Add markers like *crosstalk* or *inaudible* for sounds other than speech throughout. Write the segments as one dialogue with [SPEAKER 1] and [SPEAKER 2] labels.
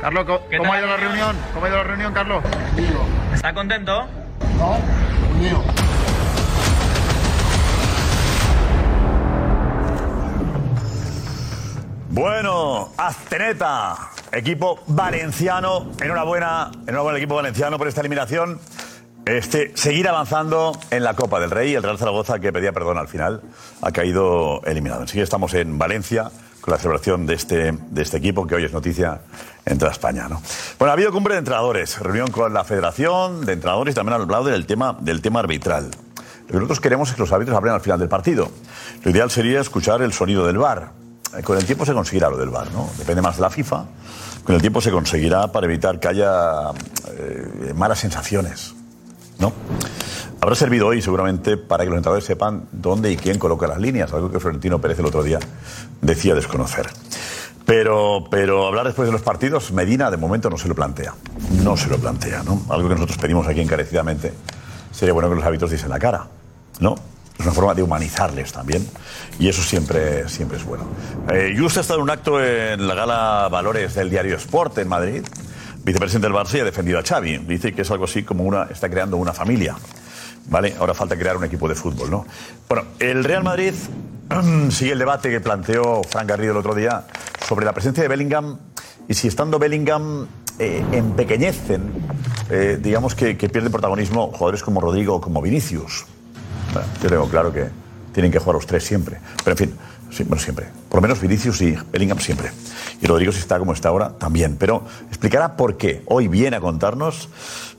[SPEAKER 1] Carlos, co-
[SPEAKER 2] ¿Qué
[SPEAKER 1] ¿cómo
[SPEAKER 2] tal,
[SPEAKER 1] ha ido la
[SPEAKER 2] amigo?
[SPEAKER 1] reunión? ¿Cómo ha ido la reunión, Carlos?
[SPEAKER 2] ¿Está contento?
[SPEAKER 3] Bueno, Azteneta, equipo valenciano, enhorabuena, enhorabuena al equipo valenciano por esta eliminación. Este, seguir avanzando en la Copa del Rey, el Real Zaragoza que pedía perdón al final ha caído eliminado. Así que estamos en Valencia con la celebración de este, de este equipo que hoy es noticia en toda España. ¿no? Bueno, ha habido cumbre de entrenadores, reunión con la Federación de Entrenadores y también han hablado del tema, del tema arbitral. Lo que nosotros queremos es que los árbitros hablen al final del partido. Lo ideal sería escuchar el sonido del bar. Con el tiempo se conseguirá lo del bar, ¿no? Depende más de la FIFA. Con el tiempo se conseguirá para evitar que haya eh, malas sensaciones, ¿no? Habrá servido hoy seguramente para que los entrenadores sepan dónde y quién coloca las líneas, algo que Florentino Pérez el otro día decía desconocer. Pero, pero hablar después de los partidos, Medina de momento no se lo plantea. No se lo plantea, ¿no? Algo que nosotros pedimos aquí encarecidamente. Sería bueno que los hábitos diesen la cara, ¿no? Es una forma de humanizarles también. Y eso siempre, siempre es bueno. Eh, Just ha estado en un acto en la gala Valores del diario Sport en Madrid. Vicepresidente del Barça y ha defendido a Xavi. Dice que es algo así como una. está creando una familia. ¿Vale? Ahora falta crear un equipo de fútbol, ¿no? Bueno, el Real Madrid *clears throat* sigue el debate que planteó Fran Garrido el otro día sobre la presencia de Bellingham y si estando Bellingham eh, empequeñecen, eh, digamos que, que pierden protagonismo jugadores como Rodrigo o como Vinicius. Bueno, Yo tengo claro que tienen que jugar los tres siempre. Pero en fin, sí, bueno, siempre. Por lo menos Vinicius y Bellingham siempre. Y Rodrigo, si está como está ahora, también. Pero explicará por qué. Hoy viene a contarnos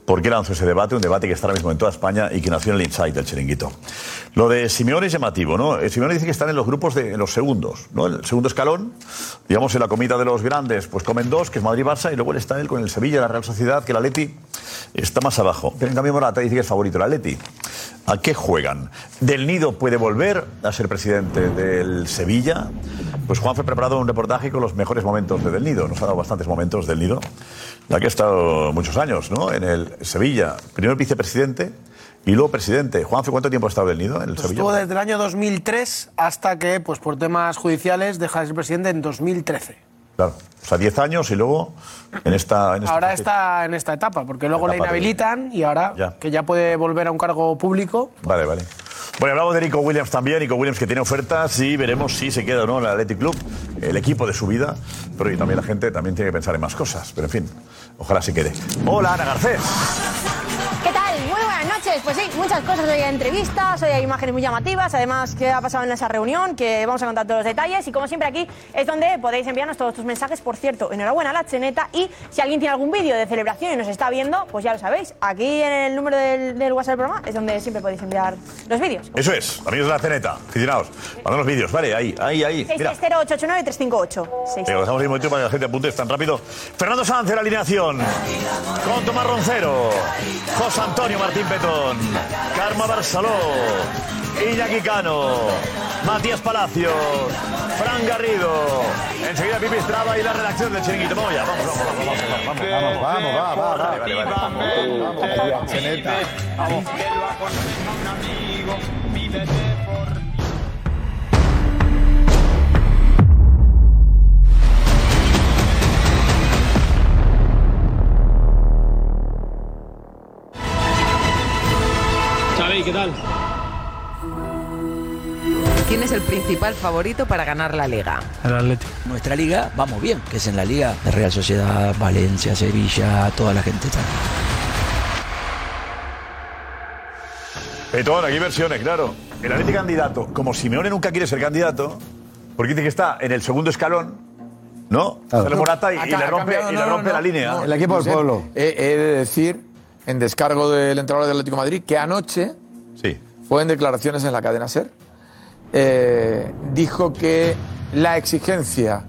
[SPEAKER 3] por qué lanzó ese debate, un debate que está ahora mismo en toda España y que nació en el Insight del chiringuito. Lo de Simeone es llamativo, ¿no? Eh, Simeone dice que están en los grupos de en los segundos, ¿no? El segundo escalón, digamos, en la comida de los grandes, pues comen dos, que es Madrid-Barça, y luego él está él con el Sevilla, la Real Sociedad, que el Atleti está más abajo. Pero en cambio Morata dice que es favorito el Atleti. ¿A qué juegan? Del Nido puede volver a ser presidente del Sevilla. Pues Juan fue preparado un reportaje con los mejores momentos de Del Nido. Nos ha dado bastantes momentos del Nido, la que ha estado muchos años, ¿no? En el Sevilla, primero vicepresidente y luego presidente. Juan, ¿cuánto tiempo ha estado del Nido en el
[SPEAKER 4] Pues
[SPEAKER 3] Sevilla?
[SPEAKER 4] Estuvo desde el año 2003 hasta que, pues por temas judiciales, deja de ser presidente en 2013.
[SPEAKER 3] Claro, o sea, 10 años y luego en esta. En esta
[SPEAKER 4] Ahora está en esta etapa, porque luego le
[SPEAKER 3] Etapa de-
[SPEAKER 4] inhabilitan y ahora
[SPEAKER 3] Ya.
[SPEAKER 4] que ya puede volver a un cargo público.
[SPEAKER 3] Vale, vale. Bueno, hablamos de Nico Williams también. Nico Williams que tiene ofertas y veremos si se queda o no en el Athletic Club, el equipo de su vida. Pero y también la gente también tiene que pensar en más cosas. Pero en fin, ojalá se quede. Hola, Ana Garcés.
[SPEAKER 5] ¿Qué tal? Muy buenas noches. Pues sí, muchas cosas. Hoy hay entrevistas, hoy hay imágenes muy llamativas. Además, qué ha pasado en esa reunión, que vamos a contar todos los detalles. Y como siempre, aquí es donde podéis enviarnos todos tus mensajes. Por cierto, enhorabuena a la cheneta. Y si alguien tiene algún vídeo de celebración y nos está viendo, pues ya lo sabéis. Aquí en el número del, del WhatsApp del programa es donde siempre podéis enviar los vídeos.
[SPEAKER 3] Eso es, amigos de la Ceneta. Aficionados, mandad los vídeos, vale, ahí, ahí, ahí. Mira,
[SPEAKER 5] 630-889-358.
[SPEAKER 3] te lo dejamos ahí un momento para que la gente apunte es tan rápido. Fernando Sánchez, la alineación. Con Tomás Roncero. José Antonio Martín Petón. Karma Barceló. Iñaki Cano. Matías Palacios. Fran Garrido. Enseguida Pipi Estrada y la redacción del Chiringuito. Vamos ya, vamos, vamos, vamos, vamos, vamos, vamos, vamos, vamos, vamos, vale, vale, vale.
[SPEAKER 6] Vamos, Ceneta.
[SPEAKER 7] Xavi, ¿qué tal?
[SPEAKER 8] ¿Quién es el principal favorito para ganar la liga?
[SPEAKER 9] El Atlético. Nuestra liga, vamos bien, que es en la liga de Real Sociedad, Valencia, Sevilla, toda la gente está.
[SPEAKER 3] Petón, aquí versiones, claro. el Atlético candidato, como Simeone nunca quiere ser candidato, porque dice que está en el segundo escalón, ¿no?
[SPEAKER 10] Claro.
[SPEAKER 3] Sale Morata y,
[SPEAKER 10] Ha
[SPEAKER 3] y
[SPEAKER 10] ca-
[SPEAKER 3] le
[SPEAKER 10] ha
[SPEAKER 3] rompe,
[SPEAKER 10] cambiado,
[SPEAKER 3] y le
[SPEAKER 10] no, no,
[SPEAKER 3] rompe
[SPEAKER 10] no,
[SPEAKER 3] la línea.
[SPEAKER 10] no, Josep, He, he de decir, en descargo del entrenador del Atlético de Madrid, que anoche
[SPEAKER 3] Sí.
[SPEAKER 10] fue en declaraciones en la cadena Ser. eh, dijo que la exigencia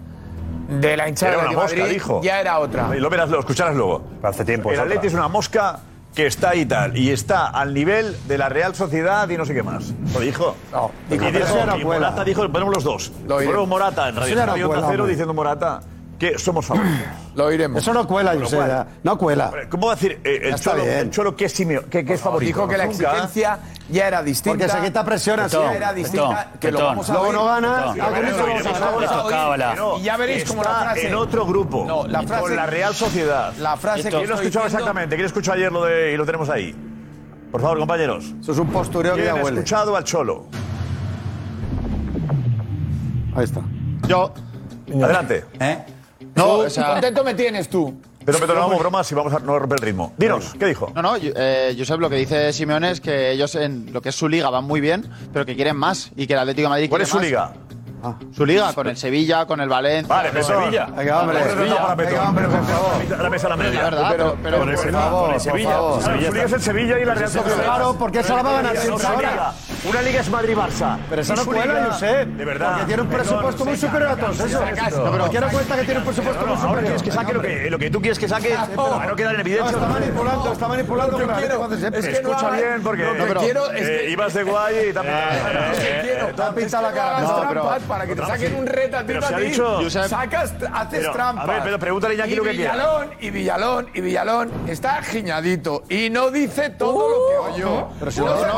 [SPEAKER 10] de la hinchada
[SPEAKER 3] Era
[SPEAKER 10] del
[SPEAKER 3] una
[SPEAKER 10] Atlético de
[SPEAKER 3] mosca,
[SPEAKER 10] Madrid
[SPEAKER 3] dijo.
[SPEAKER 10] ya era otra.
[SPEAKER 3] Y Lo verás, lo escucharás luego. Hace tiempo. El
[SPEAKER 10] es otra.
[SPEAKER 3] Atleti es una mosca que está ahí tal. Y está al nivel de la Real Sociedad y no sé qué más. Lo dijo. No,
[SPEAKER 10] dijo,
[SPEAKER 3] y,
[SPEAKER 10] pero
[SPEAKER 3] dijo-
[SPEAKER 10] eso era
[SPEAKER 3] y
[SPEAKER 10] cuela.
[SPEAKER 3] Morata dijo, ponemos los dos.
[SPEAKER 10] Lo oiremos.
[SPEAKER 3] Luego Morata en
[SPEAKER 10] Eso
[SPEAKER 3] Radio
[SPEAKER 10] era
[SPEAKER 3] Estadio Onda
[SPEAKER 10] cuela,
[SPEAKER 3] Cero
[SPEAKER 10] hombre.
[SPEAKER 3] diciendo Morata que somos favoritos.
[SPEAKER 10] Lo oiremos.
[SPEAKER 3] Eso no cuela, Josep,
[SPEAKER 6] no cuela.
[SPEAKER 3] ¿Cómo va a decir eh, el,
[SPEAKER 6] está
[SPEAKER 3] cholo,
[SPEAKER 6] bien.
[SPEAKER 3] el Cholo que es, simio- que, que es favorito?
[SPEAKER 10] Dijo que la
[SPEAKER 3] Nunca.
[SPEAKER 10] exigencia ya era distinta.
[SPEAKER 6] Porque se quita presión así.
[SPEAKER 10] Ya era distinta.
[SPEAKER 6] Petón,
[SPEAKER 10] que lo
[SPEAKER 6] petón.
[SPEAKER 10] vamos a
[SPEAKER 6] Luego
[SPEAKER 10] oír.
[SPEAKER 6] no gana,
[SPEAKER 10] Y
[SPEAKER 6] ah, con esto vamos a ganar. Esto
[SPEAKER 10] oír.
[SPEAKER 6] cábala.
[SPEAKER 10] Y ya veréis cómo la
[SPEAKER 3] Está
[SPEAKER 10] frase.
[SPEAKER 3] en otro grupo.
[SPEAKER 10] No, la
[SPEAKER 3] Y
[SPEAKER 10] frase.
[SPEAKER 3] Con la Real Sociedad.
[SPEAKER 10] La frase que
[SPEAKER 3] ¿Quién lo
[SPEAKER 10] estoy
[SPEAKER 3] escuchó
[SPEAKER 10] diciendo-
[SPEAKER 3] exactamente? ¿Quién escuchó ayer lo de y lo tenemos ahí? Por favor, compañeros.
[SPEAKER 6] Eso es un postureo que
[SPEAKER 3] ¿Quién
[SPEAKER 6] ya
[SPEAKER 3] ha
[SPEAKER 6] huele.
[SPEAKER 3] escuchado al Cholo?
[SPEAKER 6] Ahí está.
[SPEAKER 3] Yo. Adelante.
[SPEAKER 10] No,
[SPEAKER 6] o sea-
[SPEAKER 10] ¿Eh? contento me tienes tú.
[SPEAKER 3] Pero, pero no hagamos bromas y vamos a no romper el ritmo. Dinos, ¿qué dijo?
[SPEAKER 1] No, no, yo- eh, Josep, lo que dice Simeone es que ellos en lo que es su liga van muy bien, pero que quieren más y que el Atlético de Madrid
[SPEAKER 3] ¿Cuál
[SPEAKER 1] quiere
[SPEAKER 3] es su
[SPEAKER 1] más. Ah.
[SPEAKER 3] liga?
[SPEAKER 1] Su liga, con el Sevilla, con el Valencia.
[SPEAKER 3] Vale,
[SPEAKER 1] con-
[SPEAKER 3] Petón. Venga, hombre.
[SPEAKER 1] Con el
[SPEAKER 3] Venga,
[SPEAKER 1] Sevilla.
[SPEAKER 3] hombre, por favor. La mesa a la media.
[SPEAKER 1] La verdad, pero- pero-
[SPEAKER 3] Con el
[SPEAKER 1] por
[SPEAKER 3] Sevilla,
[SPEAKER 1] favor,
[SPEAKER 3] con el
[SPEAKER 1] por
[SPEAKER 3] Sevilla.
[SPEAKER 1] favor.
[SPEAKER 3] Claro, su
[SPEAKER 1] Sevilla
[SPEAKER 3] liga es el Sevilla y la Real Sociedad.
[SPEAKER 6] Claro, porque esa la va a ganar
[SPEAKER 3] No
[SPEAKER 6] siempre
[SPEAKER 3] se
[SPEAKER 6] ahora.
[SPEAKER 3] liga. Una liga es Madrid-Barça.
[SPEAKER 6] Pero eso
[SPEAKER 3] Y
[SPEAKER 6] no
[SPEAKER 3] su
[SPEAKER 6] cuela,
[SPEAKER 3] liga-
[SPEAKER 6] Josep.
[SPEAKER 3] De verdad.
[SPEAKER 6] Porque tiene un
[SPEAKER 3] Perdón,
[SPEAKER 6] presupuesto muy
[SPEAKER 3] venga,
[SPEAKER 6] superior a
[SPEAKER 3] venga,
[SPEAKER 6] todos
[SPEAKER 3] venga, venga,
[SPEAKER 6] esos.
[SPEAKER 3] no, pero-
[SPEAKER 6] Porque quiero cuenta que tiene un
[SPEAKER 3] No,
[SPEAKER 6] presupuesto
[SPEAKER 3] no,
[SPEAKER 6] muy
[SPEAKER 3] ahora
[SPEAKER 6] superior.
[SPEAKER 3] quieres que saque lo que, lo que tú quieres que saque para no quedar en
[SPEAKER 6] No,
[SPEAKER 3] evidencia.
[SPEAKER 6] está manipulando, está manipulando. con la gente cuando se-
[SPEAKER 3] Es que Escucha bien porque
[SPEAKER 6] No, pero-
[SPEAKER 3] eh, ibas de guay y te ha pintado la cara.
[SPEAKER 6] Te ha pintado la cara.
[SPEAKER 3] No,
[SPEAKER 6] pero-
[SPEAKER 3] pero-
[SPEAKER 11] para que te
[SPEAKER 3] no,
[SPEAKER 11] saquen
[SPEAKER 3] sí.
[SPEAKER 11] un reto a ti,
[SPEAKER 3] Pero
[SPEAKER 11] para
[SPEAKER 3] se ha
[SPEAKER 11] ti.
[SPEAKER 3] dicho- Josep-
[SPEAKER 11] Sacas, haces
[SPEAKER 3] Pero, a
[SPEAKER 11] trampas.
[SPEAKER 3] ver, pero pregúntale a Iñaki
[SPEAKER 11] Y
[SPEAKER 3] lo que quiera.
[SPEAKER 11] Villalón, y Villalón, y Villalón está giñadito y no dice todo lo que oyó.
[SPEAKER 3] Uh.
[SPEAKER 6] Pero si
[SPEAKER 11] No
[SPEAKER 6] lo-
[SPEAKER 11] se
[SPEAKER 6] no,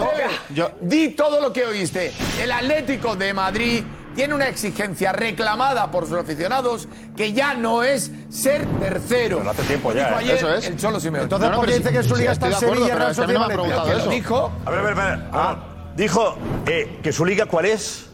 [SPEAKER 11] pega. Di todo lo que oíste. El Atlético de Madrid tiene una exigencia reclamada por sus aficionados que ya no es ser tercero.
[SPEAKER 3] hace tiempo
[SPEAKER 11] Lo
[SPEAKER 3] ya,
[SPEAKER 11] dijo
[SPEAKER 3] ¿eh?
[SPEAKER 11] ayer
[SPEAKER 3] Eso es.
[SPEAKER 11] El Cholo Simeone.
[SPEAKER 6] Entonces, ¿por qué dice que su liga está en Sevilla, Real Sociedad, Valencia?
[SPEAKER 11] Que lo Dijo
[SPEAKER 3] A ver, a ver, a ver. Ah, dijo eh, que su liga, ¿cuál es?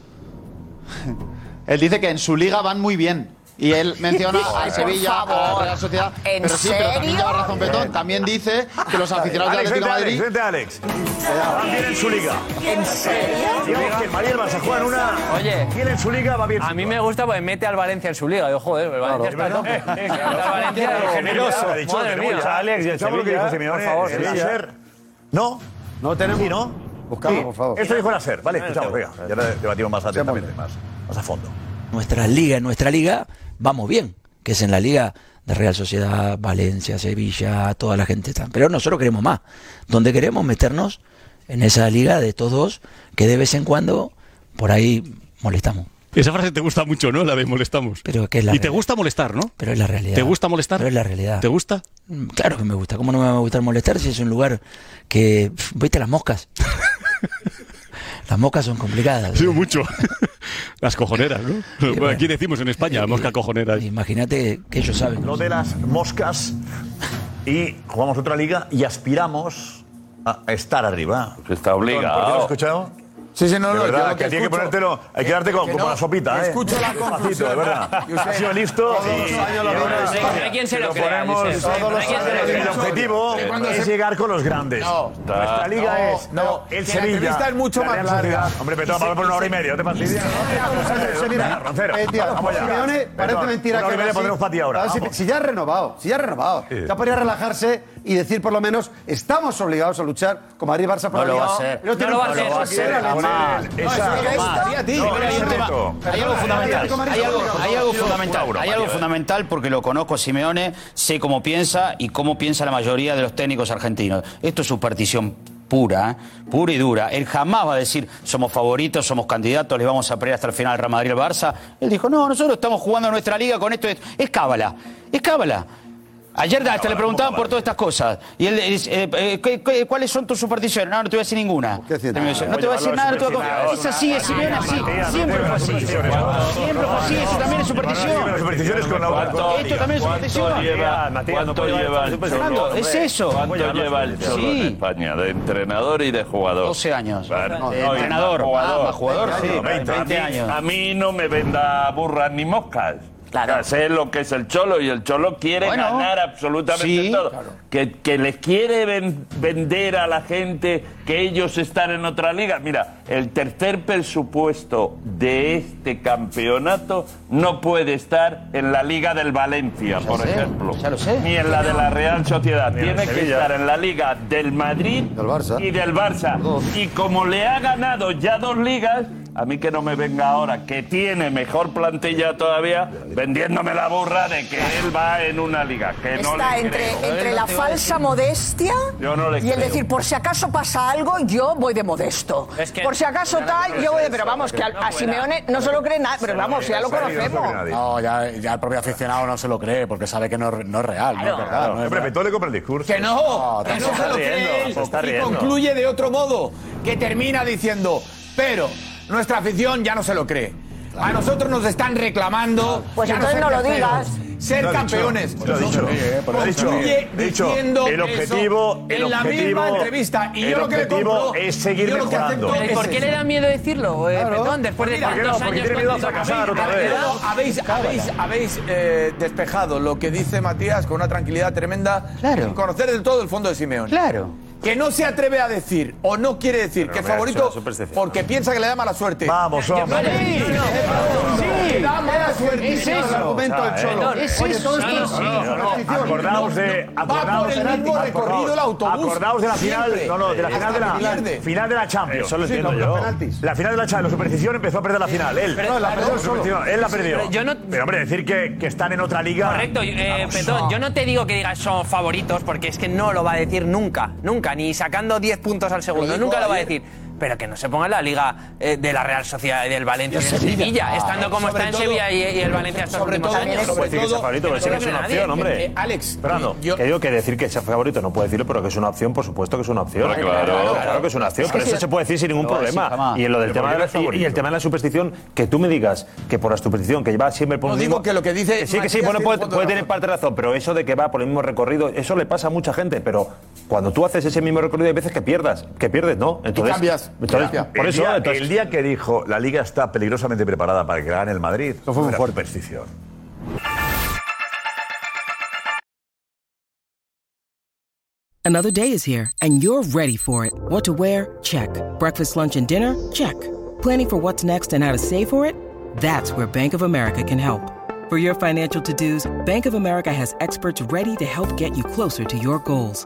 [SPEAKER 1] Él dice que en su liga van muy bien. Y él
[SPEAKER 12] *laughs*
[SPEAKER 1] menciona al
[SPEAKER 12] Por
[SPEAKER 1] Sevilla, a
[SPEAKER 12] favor.
[SPEAKER 1] la Real Sociedad.
[SPEAKER 12] ¿En
[SPEAKER 1] pero sí, pero también
[SPEAKER 12] serio?
[SPEAKER 1] lleva razón Petón. También dice que los aficionados del
[SPEAKER 3] Alex,
[SPEAKER 1] Atlético
[SPEAKER 3] vente,
[SPEAKER 1] de
[SPEAKER 3] Alex,
[SPEAKER 1] Madrid.
[SPEAKER 3] vente, Alex. Van bien en su liga.
[SPEAKER 12] ¿En serio?
[SPEAKER 3] Digamos que el Madrid y el Barça juegan una.
[SPEAKER 13] Oye.
[SPEAKER 3] Bien en su liga, va bien.
[SPEAKER 13] A mí me gusta porque mete al Valencia en su liga. Yo, joder, el Valencia
[SPEAKER 3] Es
[SPEAKER 13] está
[SPEAKER 3] verdad.
[SPEAKER 11] *laughs*
[SPEAKER 13] loco.
[SPEAKER 3] Eh, eh,
[SPEAKER 13] Mete al Valencia,
[SPEAKER 3] eh,
[SPEAKER 13] digo,
[SPEAKER 3] generoso.
[SPEAKER 13] madre
[SPEAKER 3] Ha dicho,
[SPEAKER 13] mía.
[SPEAKER 3] tenemos a Alex y el
[SPEAKER 13] Escuchamos lo que
[SPEAKER 3] Sevilla,
[SPEAKER 13] dijo Simeone,
[SPEAKER 3] por favor,
[SPEAKER 13] el
[SPEAKER 3] Sevilla.
[SPEAKER 13] Acer.
[SPEAKER 3] No.
[SPEAKER 6] No tenemos.
[SPEAKER 3] Sí, ¿no?
[SPEAKER 6] Buscamos, por favor.
[SPEAKER 3] Esto dijo el Acer. Vale, escuchamos, venga. Y ahora debatimos más atentamente, más, más a fondo.
[SPEAKER 9] Nuestra liga, en nuestra liga, vamos bien, que es en la liga de Real Sociedad, Valencia, Sevilla, toda la gente está. Pero nosotros queremos más, donde queremos meternos en esa liga de estos dos que de vez en cuando por ahí molestamos.
[SPEAKER 14] Esa frase te gusta mucho, ¿no? La de molestamos.
[SPEAKER 9] Pero que es la
[SPEAKER 14] y te
[SPEAKER 9] realidad.
[SPEAKER 14] gusta molestar, ¿no?
[SPEAKER 9] Pero es la realidad.
[SPEAKER 14] ¿Te gusta molestar?
[SPEAKER 9] Pero es la realidad.
[SPEAKER 14] ¿Te gusta?
[SPEAKER 9] Mm, Claro que me gusta. ¿Cómo no me va a gustar molestar si es un lugar que. pf, Vete a
[SPEAKER 14] *laughs*
[SPEAKER 9] las moscas. las moscas son complicadas. ¿eh?
[SPEAKER 14] Sí, mucho. *laughs* Las cojoneras, ¿no?
[SPEAKER 9] bueno. Eh,
[SPEAKER 14] Aquí decimos en España, mosca cojonera.
[SPEAKER 9] Imagínate que ellos saben.
[SPEAKER 3] Lo de las moscas y jugamos otra liga y aspiramos a estar arriba.
[SPEAKER 15] Está
[SPEAKER 3] ¿Por qué lo has
[SPEAKER 15] obligado.
[SPEAKER 3] escuchado?
[SPEAKER 10] Sí, sí, no,
[SPEAKER 3] De
[SPEAKER 10] no, yo
[SPEAKER 3] verdad,
[SPEAKER 10] lo
[SPEAKER 3] que, tiene que
[SPEAKER 10] escucho-
[SPEAKER 3] ponértelo, hay que darte como,
[SPEAKER 10] que
[SPEAKER 3] como
[SPEAKER 10] no,
[SPEAKER 3] la sopita, ¿eh?
[SPEAKER 10] escucho la
[SPEAKER 3] Despacito,
[SPEAKER 10] conclusión.
[SPEAKER 11] *laughs*
[SPEAKER 3] de
[SPEAKER 10] *laughs*
[SPEAKER 3] verdad.
[SPEAKER 10] Y usted-
[SPEAKER 3] ha sido listo.
[SPEAKER 10] Todos los
[SPEAKER 3] y-
[SPEAKER 10] años lo
[SPEAKER 3] y ahora
[SPEAKER 10] digo.
[SPEAKER 3] sí,
[SPEAKER 13] No hay quien se lo
[SPEAKER 3] nos
[SPEAKER 13] crea,
[SPEAKER 3] ponemos-
[SPEAKER 13] Josep. Todos
[SPEAKER 10] los
[SPEAKER 3] hay quien se
[SPEAKER 10] años
[SPEAKER 3] lo
[SPEAKER 10] lo
[SPEAKER 3] crea. El
[SPEAKER 10] digo.
[SPEAKER 3] objetivo
[SPEAKER 10] Que cuando
[SPEAKER 3] es
[SPEAKER 10] se-
[SPEAKER 3] llegar con los grandes.
[SPEAKER 10] No.
[SPEAKER 3] Nuestra liga
[SPEAKER 10] No,
[SPEAKER 3] es
[SPEAKER 10] no,
[SPEAKER 3] el
[SPEAKER 10] que la
[SPEAKER 3] Sevilla.
[SPEAKER 10] entrevista es mucho
[SPEAKER 3] la
[SPEAKER 10] más
[SPEAKER 3] Real Sociedad.
[SPEAKER 10] larga.
[SPEAKER 3] Hombre, pero vamos por una hora y media, ¿no te fastidia? Venga, Roncero,
[SPEAKER 6] Eh, tío,
[SPEAKER 3] vamos allá.
[SPEAKER 6] Simeone, parece
[SPEAKER 3] Perdón,
[SPEAKER 6] mentira
[SPEAKER 3] una hora
[SPEAKER 6] que
[SPEAKER 3] y media
[SPEAKER 6] Messi-
[SPEAKER 3] pondremos para ti ahora.
[SPEAKER 6] Ahora sí,
[SPEAKER 3] vamos.
[SPEAKER 6] Si ya ha renovado, si ya ha renovado.
[SPEAKER 3] Sí.
[SPEAKER 6] Ya podría relajarse y decir por lo menos estamos obligados a luchar con Madrid Barça por
[SPEAKER 15] No lo
[SPEAKER 6] la
[SPEAKER 15] va
[SPEAKER 6] liga.
[SPEAKER 15] a ser.
[SPEAKER 6] tiene
[SPEAKER 13] No lo
[SPEAKER 6] un-
[SPEAKER 13] va a ser,
[SPEAKER 6] Era la
[SPEAKER 3] Ahora,
[SPEAKER 6] leche.
[SPEAKER 3] esa-
[SPEAKER 10] Pero esto-
[SPEAKER 6] a ti.
[SPEAKER 3] No,
[SPEAKER 6] Pero
[SPEAKER 3] es
[SPEAKER 6] hay un tema-
[SPEAKER 3] reto.
[SPEAKER 15] Hay algo fundamental.
[SPEAKER 6] Atlético Madrid,
[SPEAKER 15] Hay algo,
[SPEAKER 6] Atlético
[SPEAKER 15] hay algo
[SPEAKER 6] Madrid,
[SPEAKER 15] fundamental.
[SPEAKER 3] Madrid,
[SPEAKER 15] Hay algo
[SPEAKER 3] eh.
[SPEAKER 15] fundamental porque lo conozco a Simeone, sé cómo piensa y cómo piensa la mayoría de los técnicos argentinos. Esto es superstición pura, ¿eh? pura y dura. Él jamás va a decir somos favoritos, somos candidatos, le vamos a pelear hasta el final al Real Madrid, al Barça. Él dijo no, nosotros estamos jugando nuestra liga con esto, y esto". es cábala, es cábala. Ayer hasta le preguntaban por todas estas cosas. Y él dice, eh, eh, ¿qué- qué- ¿cuáles son tus supersticiones? No, no te voy a decir ninguna.
[SPEAKER 6] ¿Qué decir?
[SPEAKER 15] No te voy a decir nada, no te voy a decir Es así, es Simeone así. Siempre fue así. Siempre fue así, eso también es
[SPEAKER 3] Las
[SPEAKER 15] superstición.
[SPEAKER 3] supersticiones con la
[SPEAKER 15] Esto también es superstición.
[SPEAKER 16] ¿Cuánto lleva el
[SPEAKER 15] Fernando,
[SPEAKER 16] Cholo?
[SPEAKER 15] es eso.
[SPEAKER 16] ¿Cuánto lleva el Cholo en
[SPEAKER 15] Sí.
[SPEAKER 16] España? De entrenador y de jugador.
[SPEAKER 15] 12 años.
[SPEAKER 16] Vale.
[SPEAKER 15] No, de
[SPEAKER 16] No, y
[SPEAKER 15] entrenador.
[SPEAKER 16] Jugador.
[SPEAKER 15] Ah, más jugador, sí.
[SPEAKER 16] 20,
[SPEAKER 15] 20 años.
[SPEAKER 16] A mí no me venda burras ni moscas. O sea, sé lo que es el Cholo y el Cholo quiere
[SPEAKER 15] Bueno,
[SPEAKER 16] ganar absolutamente
[SPEAKER 15] sí,
[SPEAKER 16] todo.
[SPEAKER 15] claro.
[SPEAKER 16] Que, que les quiere ven- vender a la gente que ellos están en otra liga. Mira, el tercer presupuesto de este campeonato no puede estar en la Liga del Valencia, por
[SPEAKER 15] sé,
[SPEAKER 16] ejemplo. Ni en la de la Real Sociedad.
[SPEAKER 15] ¿eh? Ni en el
[SPEAKER 16] Tiene que
[SPEAKER 15] Sevilla.
[SPEAKER 16] estar en la Liga del Madrid y del Barça. Y como le ha ganado ya dos ligas, a mí que no me venga ahora, que tiene mejor plantilla todavía, vendiéndome la burra de que él va en una liga. Que Eh, no
[SPEAKER 17] Está
[SPEAKER 16] le
[SPEAKER 17] entre,
[SPEAKER 16] creo.
[SPEAKER 17] entre la falsa modestia
[SPEAKER 16] Yo no le
[SPEAKER 17] y el
[SPEAKER 16] creo.
[SPEAKER 17] decir, por si acaso pasa algo, yo voy de modesto.
[SPEAKER 16] Es que-
[SPEAKER 17] por si acaso
[SPEAKER 16] No,
[SPEAKER 17] tal,
[SPEAKER 16] no,
[SPEAKER 17] yo
[SPEAKER 16] no,
[SPEAKER 17] voy de...
[SPEAKER 16] no,
[SPEAKER 17] Pero
[SPEAKER 16] no,
[SPEAKER 17] vamos, que a,
[SPEAKER 16] no, no,
[SPEAKER 17] a Simeone no se lo cree nadie, pero vamos, ya lo conocemos.
[SPEAKER 18] No, ya, ya el propio aficionado no se lo cree porque sabe que no, es- no es real. No, es verdad, no es
[SPEAKER 3] Hombre,
[SPEAKER 18] verdad.
[SPEAKER 3] Petó le compra el discurso.
[SPEAKER 11] Que no, que
[SPEAKER 18] tampoco.
[SPEAKER 11] no Ah, se lo cree él.
[SPEAKER 18] se está
[SPEAKER 11] Y
[SPEAKER 18] riendo.
[SPEAKER 11] concluye de otro modo, que termina diciendo, pero nuestra afición ya no se lo cree. A nosotros nos están reclamando.
[SPEAKER 17] Pues
[SPEAKER 11] ya
[SPEAKER 17] entonces
[SPEAKER 11] ser
[SPEAKER 17] no lo
[SPEAKER 11] terceros,
[SPEAKER 17] digas.
[SPEAKER 11] Ser
[SPEAKER 3] Lo ha dicho,
[SPEAKER 11] campeones.
[SPEAKER 3] Lo ha dicho. eh, Lo ha dicho.
[SPEAKER 11] Concluye
[SPEAKER 3] He dicho,
[SPEAKER 11] diciendo
[SPEAKER 3] el objetivo,
[SPEAKER 11] eso
[SPEAKER 3] el
[SPEAKER 11] en la misma
[SPEAKER 3] objetivo-
[SPEAKER 11] entrevista. Y
[SPEAKER 3] el
[SPEAKER 11] yo lo que le
[SPEAKER 3] objetivo
[SPEAKER 11] compro,
[SPEAKER 3] es seguir
[SPEAKER 11] yo lo que
[SPEAKER 3] mejorando.
[SPEAKER 11] acepto
[SPEAKER 8] ¿Por
[SPEAKER 11] es
[SPEAKER 8] qué le
[SPEAKER 11] eso.
[SPEAKER 8] da miedo decirlo, eh, Petón? Después de
[SPEAKER 11] Pues Mira,
[SPEAKER 8] tantos
[SPEAKER 11] no, porque
[SPEAKER 8] años...
[SPEAKER 11] tiene miedo a
[SPEAKER 8] cuando-
[SPEAKER 11] fracasar otra vez. Habéis, habéis, habéis, eh, despejado lo que dice Matías con una tranquilidad tremenda sin conocer del todo el fondo de Simeone. Claro. Que no se atreve a decir o no quiere decir que es
[SPEAKER 18] mira,
[SPEAKER 11] favorito
[SPEAKER 18] es una superstición.
[SPEAKER 11] porque piensa que le da mala suerte. Vamos,
[SPEAKER 18] hombre.
[SPEAKER 11] Sí,
[SPEAKER 18] Sí.
[SPEAKER 11] sí, da mala suerte.
[SPEAKER 18] Es eso.
[SPEAKER 3] argumento del Cholo.
[SPEAKER 11] Es
[SPEAKER 3] Oye,
[SPEAKER 11] eso.
[SPEAKER 3] sí,
[SPEAKER 11] es
[SPEAKER 3] sí,
[SPEAKER 11] eso.
[SPEAKER 3] no, no, eh. acordaos de-
[SPEAKER 11] Va por
[SPEAKER 3] acordaos
[SPEAKER 11] el
[SPEAKER 3] de-
[SPEAKER 11] mismo
[SPEAKER 3] acordaos-
[SPEAKER 11] recorrido el autobús.
[SPEAKER 3] acordaos de la final-
[SPEAKER 11] siempre,
[SPEAKER 3] no, no, de la final
[SPEAKER 11] hasta
[SPEAKER 3] de la-
[SPEAKER 11] que pierde.
[SPEAKER 3] final de la Champions.
[SPEAKER 18] Eso lo
[SPEAKER 3] Sí,
[SPEAKER 18] entiendo
[SPEAKER 3] los-
[SPEAKER 18] yo.
[SPEAKER 3] los penaltis. La final de la Champions, la superstición empezó a perder la final. Él,
[SPEAKER 18] Pero- No, la
[SPEAKER 3] Claro,
[SPEAKER 18] perdió
[SPEAKER 3] la
[SPEAKER 18] solo.
[SPEAKER 3] superstición, él la
[SPEAKER 18] Sí,
[SPEAKER 3] perdió.
[SPEAKER 18] pero
[SPEAKER 3] Pero,
[SPEAKER 18] yo
[SPEAKER 13] no-
[SPEAKER 3] hombre, decir que, que están en otra liga.
[SPEAKER 13] Correcto, eh,
[SPEAKER 3] Vamos.
[SPEAKER 13] Petón, yo no te digo que digas son favoritos porque es que no lo va a decir nunca, nunca, ni sacando 10 puntos al segundo,
[SPEAKER 18] dijo
[SPEAKER 13] nunca lo va a
[SPEAKER 18] ayer.
[SPEAKER 13] decir. Pero que no se ponga en la liga eh, de la Real Sociedad y del Valencia y del Sevilla, estando como
[SPEAKER 11] Sobre
[SPEAKER 13] está en
[SPEAKER 11] todo-
[SPEAKER 13] Sevilla y, y el Valencia estos
[SPEAKER 11] sobre
[SPEAKER 13] últimos
[SPEAKER 11] todo-
[SPEAKER 13] años.
[SPEAKER 11] sobre
[SPEAKER 18] decir que sea
[SPEAKER 11] todo-
[SPEAKER 18] favorito, pero sí que es una
[SPEAKER 13] nadie,
[SPEAKER 18] opción,
[SPEAKER 13] que-
[SPEAKER 18] hombre.
[SPEAKER 13] que- Alex,
[SPEAKER 18] Fernando, que digo que decir que sea favorito no puede decirlo, pero que es una opción, por supuesto que es una opción.
[SPEAKER 16] Pero claro.
[SPEAKER 18] claro que es una opción,
[SPEAKER 16] Es que
[SPEAKER 18] pero
[SPEAKER 16] sí.
[SPEAKER 18] eso se puede decir sin ningún
[SPEAKER 16] No, sí,
[SPEAKER 18] problema.
[SPEAKER 16] jamás.
[SPEAKER 18] Y en lo del
[SPEAKER 16] Pero
[SPEAKER 18] tema de
[SPEAKER 16] porque
[SPEAKER 18] la,
[SPEAKER 16] no es favorito.
[SPEAKER 18] y- y el tema de la superstición, que tú me digas que por la superstición que lleva siempre por
[SPEAKER 11] No
[SPEAKER 18] el
[SPEAKER 11] digo
[SPEAKER 18] mismo.
[SPEAKER 11] que lo que dice
[SPEAKER 18] sí, que sí,
[SPEAKER 11] Matías
[SPEAKER 18] bueno,
[SPEAKER 11] tiene
[SPEAKER 18] puede,
[SPEAKER 11] fondo de
[SPEAKER 18] puede
[SPEAKER 11] razón.
[SPEAKER 18] tener parte de razón, pero eso de que va por el mismo recorrido, eso le pasa a mucha gente, pero cuando tú haces ese mismo recorrido hay veces que pierdas, que pierdes, ¿no? Entonces
[SPEAKER 3] cambias.
[SPEAKER 18] entonces, por
[SPEAKER 3] el,
[SPEAKER 18] eso
[SPEAKER 3] día,
[SPEAKER 18] entonces-
[SPEAKER 3] el día que dijo la liga está peligrosamente preparada para que gane el Madrid, eso fue una superstición.
[SPEAKER 19] Another day is here, and you're ready for it. What to wear? Check. Breakfast, lunch, and dinner? Check. Planning for what's next and how to save for it? That's where Bank of America can help. For your financial to dos, Bank of America has experts ready to help get you closer to your goals.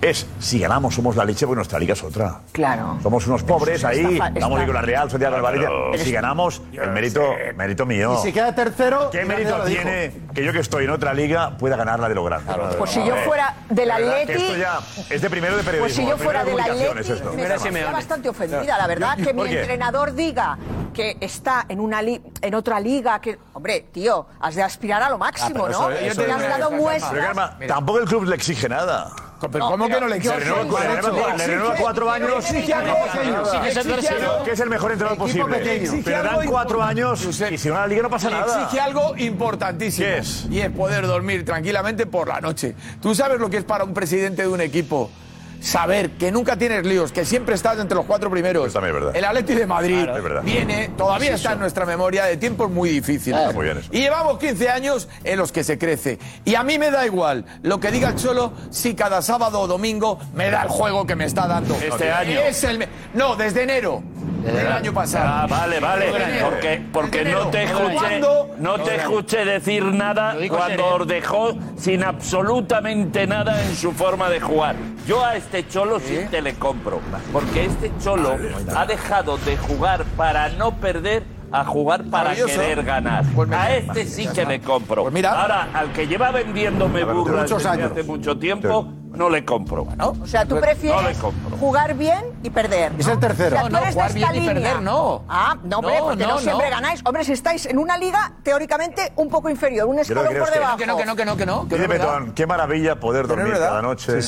[SPEAKER 3] Es, si ganamos somos la leche, porque nuestra liga es otra.
[SPEAKER 17] Claro.
[SPEAKER 3] Somos unos pobres
[SPEAKER 17] Está
[SPEAKER 3] ahí,
[SPEAKER 17] fa-
[SPEAKER 3] vamos
[SPEAKER 17] está-
[SPEAKER 3] con la Real Sociedad con Valencia.
[SPEAKER 18] Pero-
[SPEAKER 3] Si ganamos, el mérito, mérito mío.
[SPEAKER 6] Y si queda tercero.
[SPEAKER 3] ¿Qué
[SPEAKER 6] ya
[SPEAKER 3] mérito
[SPEAKER 6] lo dijo.
[SPEAKER 3] tiene que yo que estoy en otra liga pueda ganar la de lo grande?
[SPEAKER 17] Pues si yo fuera del
[SPEAKER 3] La verdad que
[SPEAKER 17] Atleti-
[SPEAKER 3] Esto ya es de primero de periodismo.
[SPEAKER 17] Pues si yo
[SPEAKER 3] de
[SPEAKER 17] fuera del
[SPEAKER 3] primero de comunicación,
[SPEAKER 17] Atleti,
[SPEAKER 3] es esto.
[SPEAKER 17] me sentiría bastante ofendida, la verdad, que mi
[SPEAKER 3] ¿Por qué?
[SPEAKER 17] entrenador diga que está en una li- en otra liga, que hombre, tío, has de aspirar a lo
[SPEAKER 3] Ah,
[SPEAKER 17] máximo, ¿no? Y has dado
[SPEAKER 3] Pero,
[SPEAKER 17] muestras.
[SPEAKER 3] Karma, tampoco el club le exige nada.
[SPEAKER 11] pero ¿cómo que no le exige?
[SPEAKER 3] Le renueva cu- le renueva- le renueva cuatro
[SPEAKER 11] Pero
[SPEAKER 3] años.
[SPEAKER 11] exige algo pequeño.
[SPEAKER 3] Sí, que es el
[SPEAKER 11] Exige
[SPEAKER 3] tercero,
[SPEAKER 11] algo-
[SPEAKER 3] Que es el mejor entrenador
[SPEAKER 11] Equipo
[SPEAKER 3] posible.
[SPEAKER 11] pequeño.
[SPEAKER 3] Pero dan cuatro años y si no la liga no pasa
[SPEAKER 11] Le
[SPEAKER 3] nada.
[SPEAKER 11] Exige algo importantísimo. Y es poder dormir tranquilamente por la noche. Tú sabes lo que es para un presidente de un equipo. Saber que nunca tienes líos, que siempre estás entre los cuatro primeros.
[SPEAKER 3] Pues
[SPEAKER 11] El Atleti de Madrid
[SPEAKER 3] Claro, es verdad.
[SPEAKER 11] viene, todavía
[SPEAKER 3] Es
[SPEAKER 11] está
[SPEAKER 3] eso.
[SPEAKER 11] en nuestra memoria de tiempos muy difíciles.
[SPEAKER 3] Está Ah, muy bien eso.
[SPEAKER 11] Y llevamos 15 años en los que se crece. Y a mí me da igual lo que diga el Cholo si cada sábado o domingo me da el juego que me está dando.
[SPEAKER 16] Este año.
[SPEAKER 11] Es el me- no, desde enero. Del año pasado.
[SPEAKER 16] Ah, vale, vale.
[SPEAKER 11] Desde enero.
[SPEAKER 16] Porque, porque
[SPEAKER 11] Desde
[SPEAKER 16] no
[SPEAKER 11] enero.
[SPEAKER 16] te escuché,
[SPEAKER 11] ¿Cuándo?
[SPEAKER 16] no te escuché decir nada
[SPEAKER 11] dijo
[SPEAKER 16] cuando
[SPEAKER 11] Serena.
[SPEAKER 16] os dejó sin absolutamente nada en su forma de jugar. Yo a este cholo
[SPEAKER 11] ¿Eh?
[SPEAKER 16] sí te le compro. Porque este cholo ha dejado de jugar para no perder a jugar para
[SPEAKER 11] Maravilloso. Pues
[SPEAKER 16] querer ganar. A este sí que le compro. Ahora, al que lleva vendiéndome burlas
[SPEAKER 18] muchos
[SPEAKER 16] desde
[SPEAKER 18] años.
[SPEAKER 16] hace mucho tiempo, No le compro.
[SPEAKER 17] O sea, tú
[SPEAKER 16] No le
[SPEAKER 17] prefieres
[SPEAKER 16] compro.
[SPEAKER 17] jugar bien y perder.
[SPEAKER 16] Es el tercero.
[SPEAKER 17] O
[SPEAKER 16] No,
[SPEAKER 17] sea, tú
[SPEAKER 16] no,
[SPEAKER 17] eres de
[SPEAKER 16] jugar
[SPEAKER 17] esta
[SPEAKER 16] bien y
[SPEAKER 17] línea.
[SPEAKER 16] perder, no.
[SPEAKER 17] Ah, no, hombre,
[SPEAKER 16] No,
[SPEAKER 17] porque no,
[SPEAKER 16] no,
[SPEAKER 17] siempre
[SPEAKER 16] no.
[SPEAKER 17] ganáis. Hombre, si estáis en una liga teóricamente un poco inferior, un
[SPEAKER 3] Yo lo que
[SPEAKER 17] escalón
[SPEAKER 3] creo
[SPEAKER 17] por
[SPEAKER 3] es que-
[SPEAKER 17] debajo.
[SPEAKER 3] Que no, que
[SPEAKER 11] no, que no, que no.
[SPEAKER 3] Dime, Petón, qué maravilla poder
[SPEAKER 11] no es
[SPEAKER 3] dormir
[SPEAKER 11] verdad.
[SPEAKER 3] cada noche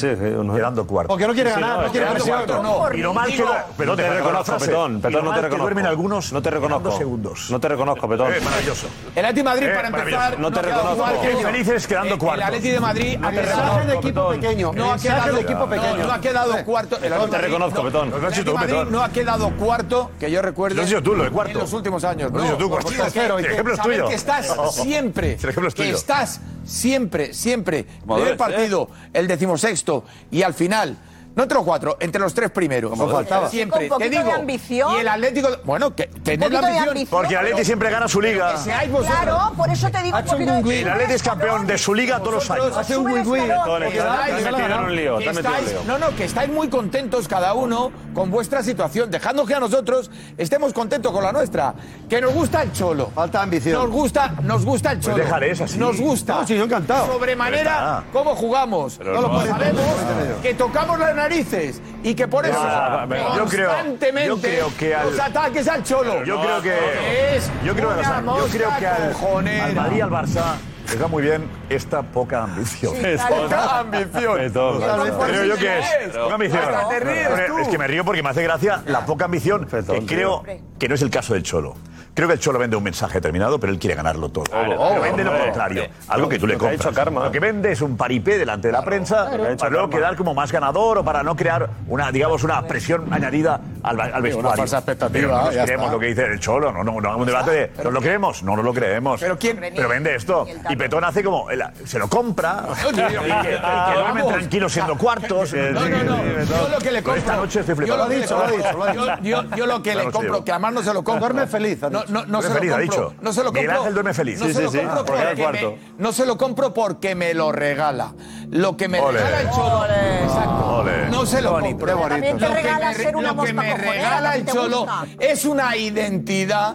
[SPEAKER 3] quedando cuarto.
[SPEAKER 6] Porque no quiere
[SPEAKER 3] Sí, sí,
[SPEAKER 6] ganar, no quiere
[SPEAKER 3] quedando
[SPEAKER 6] ganar,
[SPEAKER 3] cuarto,
[SPEAKER 6] no.
[SPEAKER 3] Y lo mal que...
[SPEAKER 6] Digo,
[SPEAKER 3] Petón,
[SPEAKER 6] no te
[SPEAKER 3] me acabo la
[SPEAKER 6] reconozco,
[SPEAKER 3] frase.
[SPEAKER 6] Petón, Petón,
[SPEAKER 3] Y lo
[SPEAKER 6] no te
[SPEAKER 3] mal que
[SPEAKER 6] reconozco.
[SPEAKER 3] duermen algunos, no te reconozco.
[SPEAKER 6] segundos.
[SPEAKER 3] No te reconozco, Petón.
[SPEAKER 11] Eh, maravilloso. El Atleti Madrid, para empezar,
[SPEAKER 3] Eh, No te
[SPEAKER 11] ha quedado
[SPEAKER 3] reconozco.
[SPEAKER 11] igual que- Eh,
[SPEAKER 3] Qué felices quedando
[SPEAKER 11] El-
[SPEAKER 3] cuarto.
[SPEAKER 11] El Atleti de Madrid,
[SPEAKER 3] No
[SPEAKER 11] a
[SPEAKER 3] te
[SPEAKER 11] pesar-
[SPEAKER 3] reconozco,
[SPEAKER 11] de equipo
[SPEAKER 3] Petón.
[SPEAKER 11] pequeño. No ha
[SPEAKER 3] Mensaje
[SPEAKER 11] quedado
[SPEAKER 3] de equipo
[SPEAKER 11] no,
[SPEAKER 3] pequeño.
[SPEAKER 11] No, ha quedado cuarto. El
[SPEAKER 3] No
[SPEAKER 11] Atleti
[SPEAKER 3] te
[SPEAKER 11] Madrid-
[SPEAKER 3] reconozco,
[SPEAKER 11] no,
[SPEAKER 3] Petón. Lo has
[SPEAKER 11] el
[SPEAKER 3] hecho
[SPEAKER 11] Atleti
[SPEAKER 3] tú,
[SPEAKER 11] Madrid
[SPEAKER 3] Petón.
[SPEAKER 11] No ha quedado cuarto, que yo recuerde.
[SPEAKER 3] Lo has hecho tú, lo de cuarto.
[SPEAKER 11] En los últimos años.
[SPEAKER 3] Lo has hecho
[SPEAKER 11] no,
[SPEAKER 3] tú,
[SPEAKER 11] por
[SPEAKER 3] cuarto.
[SPEAKER 11] tercero.
[SPEAKER 3] El ejemplo es
[SPEAKER 11] Saber
[SPEAKER 3] tuyo.
[SPEAKER 11] Que estás siempre.
[SPEAKER 3] *laughs* El ejemplo es
[SPEAKER 11] que
[SPEAKER 3] tuyo.
[SPEAKER 11] estás siempre, siempre.
[SPEAKER 3] Como
[SPEAKER 11] Primer
[SPEAKER 3] debe ser.
[SPEAKER 11] partido, el decimosexto y al final. No entre los cuatro, entre los tres primeros.
[SPEAKER 3] Como debe ser.
[SPEAKER 11] Siempre,
[SPEAKER 17] Con un
[SPEAKER 11] te
[SPEAKER 17] poquito de
[SPEAKER 11] digo.
[SPEAKER 17] ambición.
[SPEAKER 11] Y el Atlético. Bueno, que tenés la
[SPEAKER 17] poquito de
[SPEAKER 11] ambición.
[SPEAKER 17] ambición.
[SPEAKER 3] Porque el Atleti
[SPEAKER 11] Pero-
[SPEAKER 3] siempre gana su liga.
[SPEAKER 11] pero que seáis vosotros.
[SPEAKER 17] Claro, por eso te digo un poquito de
[SPEAKER 3] El Atleti es campeón de su liga todos los años.
[SPEAKER 11] Hace un win-win.
[SPEAKER 3] Todo el
[SPEAKER 11] Porque
[SPEAKER 3] equipo. Te
[SPEAKER 11] estáis-
[SPEAKER 3] has metido en un lío, te
[SPEAKER 11] que
[SPEAKER 3] has metido en un
[SPEAKER 11] estáis-
[SPEAKER 3] lío.
[SPEAKER 11] No, no, que estáis muy contentos cada uno con vuestra situación, dejando que a nosotros estemos contentos con la nuestra. Que nos gusta el cholo. Falta ambición. Nos gusta, nos gusta el
[SPEAKER 3] Pues
[SPEAKER 11] cholo.
[SPEAKER 3] déjale eso así.
[SPEAKER 11] Nos gusta.
[SPEAKER 3] No, sí, yo encantado.
[SPEAKER 11] Sobremanera
[SPEAKER 3] Venga.
[SPEAKER 11] cómo jugamos.
[SPEAKER 3] Pero
[SPEAKER 11] no lo
[SPEAKER 3] no. Este
[SPEAKER 11] podemos. Sabemos que tocamos las narices y que por eso
[SPEAKER 3] Ah, venga. Yo creo-
[SPEAKER 11] constantemente
[SPEAKER 3] yo creo que al-
[SPEAKER 11] los ataques al cholo.
[SPEAKER 3] Yo creo que.
[SPEAKER 11] es
[SPEAKER 3] Yo creo, que-
[SPEAKER 11] una
[SPEAKER 3] yo creo que
[SPEAKER 11] mosca
[SPEAKER 3] al,
[SPEAKER 11] cojonera.
[SPEAKER 3] al Madrid y al Barça les va muy bien esta poca ambición.
[SPEAKER 11] Sí, claro. Poca ambición.
[SPEAKER 3] Petón.
[SPEAKER 11] Claro,
[SPEAKER 3] Creo yo
[SPEAKER 11] sí
[SPEAKER 3] que es.
[SPEAKER 11] es.
[SPEAKER 3] Poca ambición.
[SPEAKER 11] Hasta te ríes
[SPEAKER 3] Hombre,
[SPEAKER 11] tú.
[SPEAKER 3] Es que me río porque me hace gracia la poca ambición que creo que no es el caso del Cholo. Creo que el Cholo vende un mensaje determinado, pero él quiere ganarlo todo.
[SPEAKER 18] Claro,
[SPEAKER 3] Pero
[SPEAKER 18] claro,
[SPEAKER 3] vende lo
[SPEAKER 18] hombre.
[SPEAKER 3] contrario.
[SPEAKER 18] Sí.
[SPEAKER 3] Algo que tú le
[SPEAKER 18] Lo que ha
[SPEAKER 3] compras.
[SPEAKER 18] hecho Karma.
[SPEAKER 3] Lo que vende es un paripé delante de la prensa
[SPEAKER 18] Lo que ha hecho
[SPEAKER 3] para luego
[SPEAKER 18] Karma.
[SPEAKER 3] quedar como más ganador o para no crear una, digamos, una presión añadida al, ba- al
[SPEAKER 18] Sí, una
[SPEAKER 3] vestuario.
[SPEAKER 18] falsa expectativa,
[SPEAKER 3] Pero no nos
[SPEAKER 18] ya
[SPEAKER 3] creemos
[SPEAKER 18] está.
[SPEAKER 3] lo que dice el Cholo, no, no, no hagamos un debate de, ¿nos lo creemos? No nos lo creemos. ¿Pero quién? Pero vende esto. Y Petón hace como, el- se lo
[SPEAKER 11] *laughs*
[SPEAKER 3] compra, y que, y que duermen tranquilos siendo cuartos.
[SPEAKER 11] Ah, No, no, no. Yo lo que le compro.
[SPEAKER 3] Esta noche estoy
[SPEAKER 11] yo
[SPEAKER 3] flipando.
[SPEAKER 11] lo que le compro- Yo, yo- yo lo que le compro, que además no se lo compro.
[SPEAKER 6] Duerme feliz, ha
[SPEAKER 11] No,
[SPEAKER 6] dicho.
[SPEAKER 11] no, no
[SPEAKER 3] Duerme
[SPEAKER 11] se lo
[SPEAKER 3] feliz, ha
[SPEAKER 11] compro.
[SPEAKER 3] dicho.
[SPEAKER 11] No se lo
[SPEAKER 3] Miguel
[SPEAKER 11] compro.
[SPEAKER 3] Ángel duerme feliz.
[SPEAKER 11] No
[SPEAKER 3] Sí,
[SPEAKER 11] se
[SPEAKER 3] sí,
[SPEAKER 11] lo
[SPEAKER 3] sí,
[SPEAKER 11] compro
[SPEAKER 3] porque era el
[SPEAKER 11] porque
[SPEAKER 3] cuarto.
[SPEAKER 11] me- no se lo compro porque me lo regala. Lo que me
[SPEAKER 3] Ole.
[SPEAKER 11] regala el cholo. Exacto.
[SPEAKER 3] Ole.
[SPEAKER 11] No se lo
[SPEAKER 3] Qué
[SPEAKER 11] compro.
[SPEAKER 3] bonito. También te
[SPEAKER 11] Lo que
[SPEAKER 17] regala
[SPEAKER 11] me-
[SPEAKER 17] ser una
[SPEAKER 11] Lo que
[SPEAKER 17] mosca
[SPEAKER 11] me
[SPEAKER 17] cojonera,
[SPEAKER 11] regala
[SPEAKER 17] ¿no
[SPEAKER 11] el
[SPEAKER 17] te
[SPEAKER 11] cholo
[SPEAKER 17] gusta?
[SPEAKER 11] es una identidad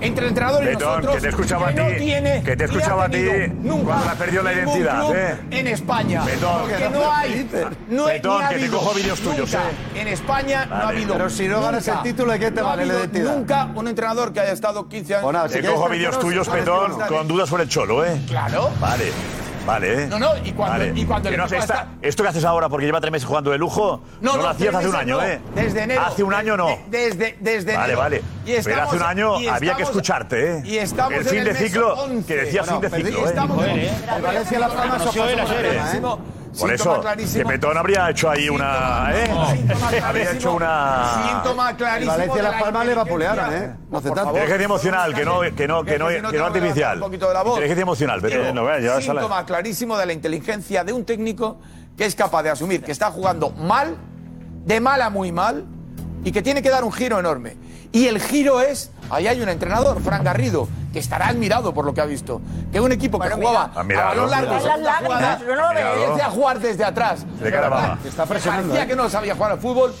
[SPEAKER 11] entre el entrenador y
[SPEAKER 3] Betón,
[SPEAKER 11] nosotros.
[SPEAKER 3] que te escuchaba
[SPEAKER 11] que
[SPEAKER 3] a ti,
[SPEAKER 11] no tiene
[SPEAKER 3] que te
[SPEAKER 11] ni ha
[SPEAKER 3] escuchaba a ti
[SPEAKER 11] tenido nunca
[SPEAKER 3] cuando has perdido la
[SPEAKER 11] ningún
[SPEAKER 3] identidad,
[SPEAKER 11] club
[SPEAKER 3] ¿eh?
[SPEAKER 11] En España.
[SPEAKER 3] Betón.
[SPEAKER 11] Porque no hay. No he-
[SPEAKER 3] Betón,
[SPEAKER 11] ni ha
[SPEAKER 3] que te
[SPEAKER 11] habido
[SPEAKER 3] cojo vídeos tuyos,
[SPEAKER 11] nunca
[SPEAKER 3] ¿eh?
[SPEAKER 11] En España no ha
[SPEAKER 3] Vale.
[SPEAKER 11] habido.
[SPEAKER 3] Pero si no ganas
[SPEAKER 11] nunca,
[SPEAKER 3] el título, ¿de qué te
[SPEAKER 11] no ha
[SPEAKER 3] vale la
[SPEAKER 11] habido
[SPEAKER 3] identidad?
[SPEAKER 11] Nunca un entrenador que haya estado 15 años.
[SPEAKER 3] Te Eh, cojo vídeos tuyos, Petón, con dudas sobre el Cholo, ¿eh?
[SPEAKER 11] Claro.
[SPEAKER 3] Vale. Vale, ¿eh?
[SPEAKER 11] No, no, y cuando- y cuando el
[SPEAKER 3] Que no hace
[SPEAKER 11] equipo
[SPEAKER 3] esta-
[SPEAKER 11] está-
[SPEAKER 3] Esto que haces ahora porque lleva tres meses jugando de lujo, no, lo hacías
[SPEAKER 11] tres
[SPEAKER 3] hace un
[SPEAKER 11] meses
[SPEAKER 3] año,
[SPEAKER 11] no.
[SPEAKER 3] ¿eh?
[SPEAKER 11] Desde enero.
[SPEAKER 3] Hace un año no.
[SPEAKER 11] Desde, desde
[SPEAKER 3] Vale,
[SPEAKER 11] enero.
[SPEAKER 3] vale.
[SPEAKER 11] Y
[SPEAKER 3] Pero hace
[SPEAKER 11] estamos-
[SPEAKER 3] un año
[SPEAKER 11] y
[SPEAKER 3] había
[SPEAKER 11] estamos-
[SPEAKER 3] que escucharte, ¿eh?
[SPEAKER 11] Y estamos
[SPEAKER 3] El
[SPEAKER 11] en
[SPEAKER 3] fin de
[SPEAKER 11] mes
[SPEAKER 3] ciclo,
[SPEAKER 11] 11.
[SPEAKER 3] que decía fin de
[SPEAKER 11] Bueno,
[SPEAKER 3] ciclo,
[SPEAKER 11] perdí-
[SPEAKER 3] ¿eh?
[SPEAKER 11] estamos en-
[SPEAKER 6] El Valencia la Palma
[SPEAKER 11] Conoció
[SPEAKER 6] se ha
[SPEAKER 11] él
[SPEAKER 6] pasado
[SPEAKER 11] ayer,
[SPEAKER 6] por
[SPEAKER 11] ¿eh?
[SPEAKER 6] encima, ¿eh?
[SPEAKER 3] Por
[SPEAKER 11] Síntoma
[SPEAKER 3] eso, que
[SPEAKER 11] clarísimo.
[SPEAKER 3] Petón habría hecho ahí una... ¿eh? Habría hecho una...
[SPEAKER 11] Síntoma clarísimo.
[SPEAKER 6] El Valencia
[SPEAKER 11] de
[SPEAKER 6] Las Palmas le vapulearon, ¿eh? No hace tanto.
[SPEAKER 3] Inteligencia emocional, que no, que no, que no, que no artificial.
[SPEAKER 11] Un poquito de la voz.
[SPEAKER 3] Inteligencia emocional, Petón.
[SPEAKER 11] Digo, síntoma clarísimo de la inteligencia de un técnico que es capaz de asumir que está jugando mal, de mal a muy mal, y que tiene que dar un giro enorme. Y el giro es, ahí hay un entrenador, Fran Garrido, que estará admirado por lo que ha visto, que un equipo que jugaba
[SPEAKER 3] Admirado.
[SPEAKER 11] a balón largo,
[SPEAKER 3] Admirado.
[SPEAKER 11] segunda
[SPEAKER 3] Las lágrimas,
[SPEAKER 11] jugada,
[SPEAKER 3] yo no lo veo.
[SPEAKER 11] que empiece a jugar desde atrás.
[SPEAKER 3] De cara a baba.
[SPEAKER 11] Que
[SPEAKER 3] ¿eh?
[SPEAKER 11] Parecía que no sabía jugar al fútbol.